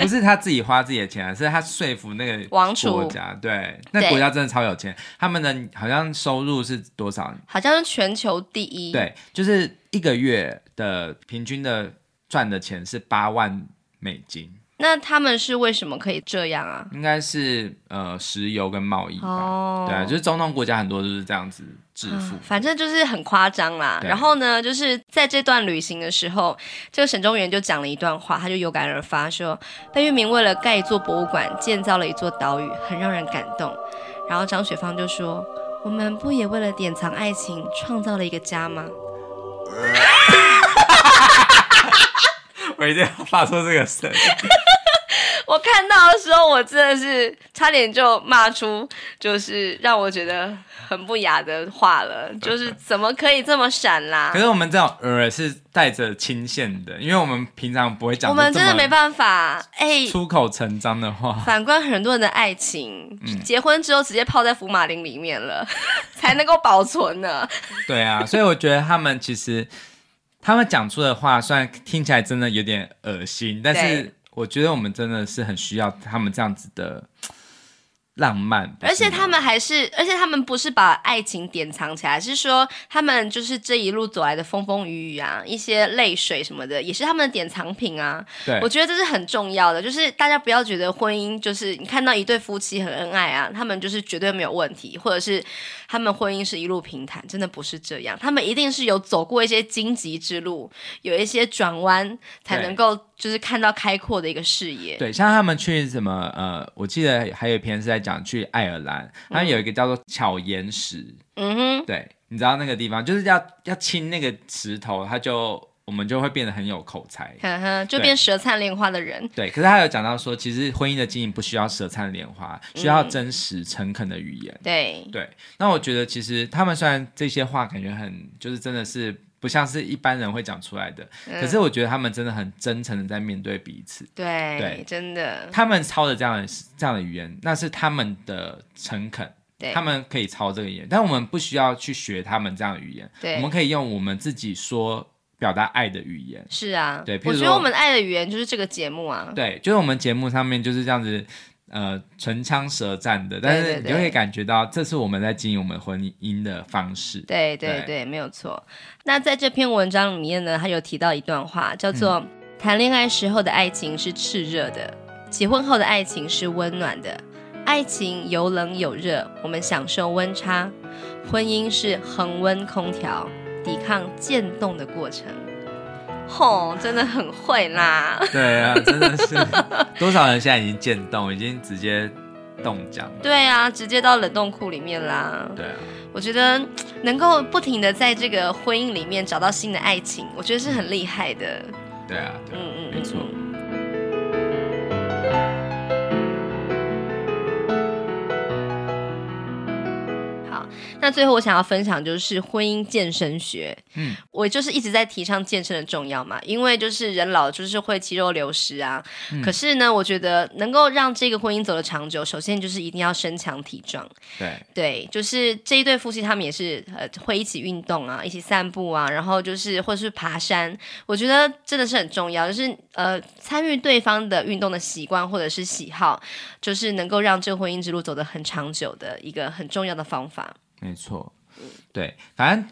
[SPEAKER 2] 不是他自己花自己的钱啊，是他说服那个
[SPEAKER 1] 王储
[SPEAKER 2] 国家，对，那
[SPEAKER 1] 对
[SPEAKER 2] 国家真的超有钱，他们的好像收入是多少？
[SPEAKER 1] 好像是全球第一。
[SPEAKER 2] 对，就是一个月的平均的赚的钱是八万美金，
[SPEAKER 1] 那他们是为什么可以这样啊？
[SPEAKER 2] 应该是呃石油跟贸易吧，
[SPEAKER 1] 哦
[SPEAKER 2] 对啊，就是中东国家很多都是这样子致富。
[SPEAKER 1] 啊反正就是很夸张啦。
[SPEAKER 2] 对
[SPEAKER 1] 然后呢，就是在这段旅行的时候，这个沈中原就讲了一段话，他就有感而发说，贝聿铭为了盖一座博物馆，建造了一座岛屿，很让人感动。然后张雪芳就说：“我们不也为了典藏爱情，创造了一个家吗
[SPEAKER 2] 我一定要发出这个声，？”
[SPEAKER 1] 我看到的时候，我真的是差点就骂出，就是让我觉得很不雅的话了，就是怎么可以这么闪啦
[SPEAKER 2] 可？是我们这种呃是带着清线的，因为我们平常不会讲
[SPEAKER 1] 我
[SPEAKER 2] 出这么
[SPEAKER 1] 们真的没办法，哎、
[SPEAKER 2] 出口成章的话。
[SPEAKER 1] 反观很多人的爱情，结婚之后直接泡在福马林里面了， 才能够保存呢。
[SPEAKER 2] 对啊，所以我觉得他们其实他们讲出的话，虽然听起来真的有点恶心，但是
[SPEAKER 1] 对
[SPEAKER 2] 我觉得我们真的是很需要他们这样子的浪漫，不是
[SPEAKER 1] 而且
[SPEAKER 2] 吗
[SPEAKER 1] 他们还是，而且他们不是把爱情典藏起来，是说他们就是这一路走来的风风雨雨啊，一些泪水什么的，也是他们的典藏品啊。
[SPEAKER 2] 对
[SPEAKER 1] 我觉得这是很重要的，就是大家不要觉得婚姻就是你看到一对夫妻很恩爱啊，他们就是绝对没有问题，或者是他们婚姻是一路平坦，真的不是这样，他们一定是有走过一些荆棘之路，有一些转弯，才
[SPEAKER 2] 对
[SPEAKER 1] 能够就是看到开阔的一个视野。
[SPEAKER 2] 对，像他们去什么呃，我记得还有一篇是在讲去爱尔兰，他们有一个叫做巧岩石，
[SPEAKER 1] 嗯哼，
[SPEAKER 2] 对，你知道那个地方就是要要亲那个石头，它就我们就会变得很有口才。
[SPEAKER 1] 呵呵，嗯就变舌灿莲花的人。
[SPEAKER 2] 对，可是他有讲到说，其实婚姻的经营不需要舌灿莲花，需要真实诚恳的语言。
[SPEAKER 1] 对，
[SPEAKER 2] 对，那我觉得其实他们虽然这些话感觉很，就是真的是不像是一般人会讲出来的，
[SPEAKER 1] 嗯
[SPEAKER 2] 可是我觉得他们真的很真诚的在面对彼此。
[SPEAKER 1] 对，
[SPEAKER 2] 对
[SPEAKER 1] 真的，
[SPEAKER 2] 他们操的这样的这样的语言，那是他们的诚恳，
[SPEAKER 1] 对，
[SPEAKER 2] 他们可以操这个语言，但我们不需要去学他们这样的语言，
[SPEAKER 1] 对
[SPEAKER 2] 我们可以用我们自己说表达爱的语言。
[SPEAKER 1] 是啊，
[SPEAKER 2] 对譬如
[SPEAKER 1] 我觉得
[SPEAKER 2] 说
[SPEAKER 1] 我们爱的语言就是这个节目啊，
[SPEAKER 2] 对，就是我们节目上面就是这样子，呃，唇枪舌战的，但
[SPEAKER 1] 对
[SPEAKER 2] 是
[SPEAKER 1] 对
[SPEAKER 2] 你
[SPEAKER 1] 对
[SPEAKER 2] 就可以感觉到，这是我们在经营我们婚姻的方式。
[SPEAKER 1] 对对
[SPEAKER 2] 对
[SPEAKER 1] 对，没有错。那在这篇文章里面呢，他有提到一段话，叫做“谈恋爱时候的爱情是炽热的，结婚后的爱情是温暖的。爱情有冷有热，我们享受温差；婚姻是恒温空调，抵抗渐冻的过程。”吼，真的很会啦！
[SPEAKER 2] 对啊，真的是 多少人现在已经渐冻，已经直接冻僵了。
[SPEAKER 1] 对啊，直接到冷冻库里面啦。
[SPEAKER 2] 对啊，
[SPEAKER 1] 我觉得嗯能够不停的在这个婚姻里面找到新的爱情，我觉得是很厉害的。
[SPEAKER 2] 对啊，对啊，
[SPEAKER 1] 嗯嗯，
[SPEAKER 2] 没错。
[SPEAKER 1] 好，那最后我想要分享就是婚姻健身学。
[SPEAKER 2] 嗯，
[SPEAKER 1] 我就是一直在提倡健身的重要嘛，因为就是人老就是会肌肉流失啊。
[SPEAKER 2] 嗯
[SPEAKER 1] 可是呢，我觉得能够让这个婚姻走得长久，首先就是一定要身强体壮。
[SPEAKER 2] 对，
[SPEAKER 1] 对，就是这一对夫妻，他们也是呃会一起运动啊，一起散步啊，然后就是或是爬山，我觉得真的是很重要，就是呃参与对方的运动的习惯或者是喜好，就是能够让这个婚姻之路走得很长久的一个很重要的方法。
[SPEAKER 2] 没错。对，反正。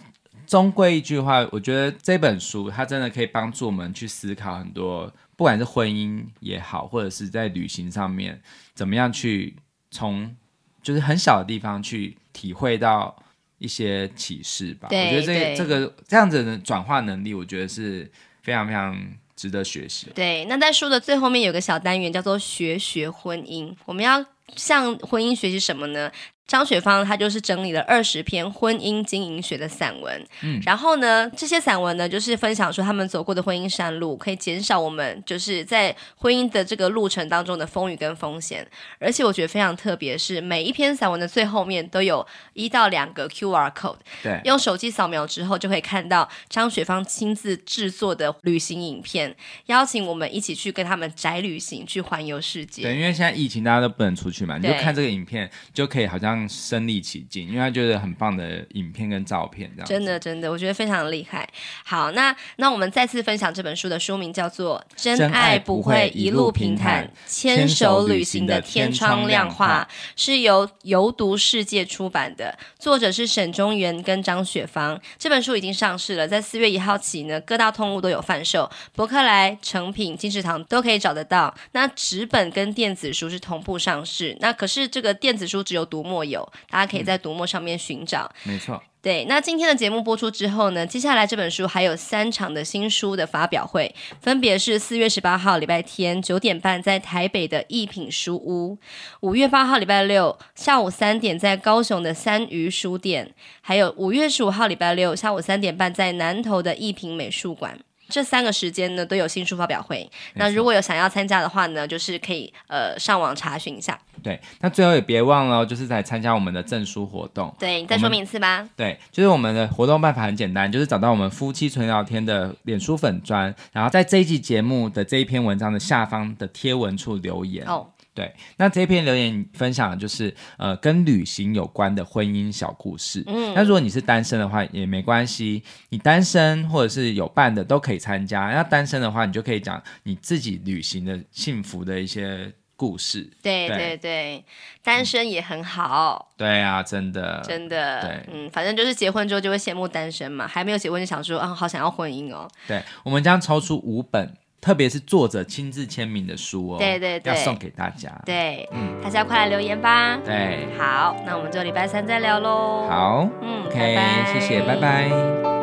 [SPEAKER 2] 终归一句话，我觉得这本书它真的可以帮助我们去思考很多，不管是婚姻也好，或者是在旅行上面，怎么样去从就是很小的地方去体会到一些启示吧。我
[SPEAKER 1] 对
[SPEAKER 2] 觉得这
[SPEAKER 1] 对
[SPEAKER 2] 这个这样子的转化能力，我觉得是非常非常值得学习。
[SPEAKER 1] 对，那在书的最后面有个小单元叫做“学学婚姻”，我们要向婚姻学习什么呢？张雪芳她就是整理了二十篇婚姻经营学的散文，嗯，然后呢，这些散文呢就是分享说他们走过的婚姻山路，可以减少我们就是在婚姻的这个路程当中的风雨跟风险。而且我觉得非常特别是，每一篇散文的最后面都有一到两个 QR code，
[SPEAKER 2] 对，
[SPEAKER 1] 用手机扫描之后，就可以看到张雪芳亲自制作的旅行影片，邀请我们一起去跟他们宅旅行，去环游世
[SPEAKER 2] 对，
[SPEAKER 1] 界。
[SPEAKER 2] 因为现在疫情大家都不能出去嘛，你就
[SPEAKER 1] 对
[SPEAKER 2] 看这个影片就可以好像身临其境，因为它就是很棒的影片跟照片这样。
[SPEAKER 1] 真的，真的，我觉得非常厉害。好，那那我们再次分享这本书的书名叫做《真
[SPEAKER 2] 真
[SPEAKER 1] 爱
[SPEAKER 2] 爱
[SPEAKER 1] 不
[SPEAKER 2] 不
[SPEAKER 1] 会
[SPEAKER 2] 会
[SPEAKER 1] 一
[SPEAKER 2] 一
[SPEAKER 1] 路
[SPEAKER 2] 路
[SPEAKER 1] 平
[SPEAKER 2] 平
[SPEAKER 1] 坦
[SPEAKER 2] 坦，
[SPEAKER 1] 牵
[SPEAKER 2] 牵
[SPEAKER 1] 手
[SPEAKER 2] 手
[SPEAKER 1] 旅
[SPEAKER 2] 旅
[SPEAKER 1] 行
[SPEAKER 2] 行
[SPEAKER 1] 的
[SPEAKER 2] 的
[SPEAKER 1] 天
[SPEAKER 2] 天
[SPEAKER 1] 窗
[SPEAKER 2] 窗
[SPEAKER 1] 亮
[SPEAKER 2] 亮
[SPEAKER 1] 化
[SPEAKER 2] 化》，
[SPEAKER 1] 是由游读世界出版的，作者是沈中原跟张雪芳。这本书已经上市了，在四月一号起呢，各大通路都有贩售，博客来、成品、金石堂都可以找得到。那纸本跟电子书是同步上市，那可是这个电子书只有读墨有，大
[SPEAKER 2] 嗯
[SPEAKER 1] 家可以在读墨上面寻找。
[SPEAKER 2] 没错，
[SPEAKER 1] 对，那今天的节目播出之后呢，接下来这本书还有三场的新书的发表会，分别是四月十八号礼拜天九点半在台北的一品书屋，五月八号礼拜六下午三点在高雄的三余书店，还有五月十五号礼拜六下午三点半在南投的一品美术馆。这三个时间呢都有新书发表会。那如果有想要参加的话呢，就是可以呃上网查询一下。
[SPEAKER 2] 对，那最后也别忘了哦，就是来参加我们的证书活动。
[SPEAKER 1] 对，你再说明一次吧。
[SPEAKER 2] 对，就是我们的活动办法很简单，就是找到我们夫妻纯聊天的脸书粉砖，然后在这一季节目的这一篇文章的下方的贴文处留言。
[SPEAKER 1] 哦，
[SPEAKER 2] 对，那这篇留言分享的就是呃跟旅行有关的婚姻小故事。嗯，那如果你是单身的话也没关系，你单身或者是有伴的都可以参加。那单身的话，你就可以讲你自己旅行的幸福的一些故事。
[SPEAKER 1] 对
[SPEAKER 2] 对
[SPEAKER 1] 对对，单身也很好，
[SPEAKER 2] 对啊，真的，
[SPEAKER 1] 真的
[SPEAKER 2] 对。
[SPEAKER 1] 嗯，反正就是结婚之后就会羡慕单身嘛，还没有结婚就想说啊，好想要婚姻哦。
[SPEAKER 2] 对，我们将抽出五本，特别是作者亲自签名的书哦，
[SPEAKER 1] 对对对
[SPEAKER 2] 要送给大家。
[SPEAKER 1] 对，
[SPEAKER 2] 嗯
[SPEAKER 1] 大家快来留言吧。
[SPEAKER 2] 对，
[SPEAKER 1] 好，那我们就礼拜三再聊喽。，
[SPEAKER 2] 好
[SPEAKER 1] 嗯
[SPEAKER 2] ，OK，
[SPEAKER 1] 拜拜
[SPEAKER 2] 谢谢，拜拜。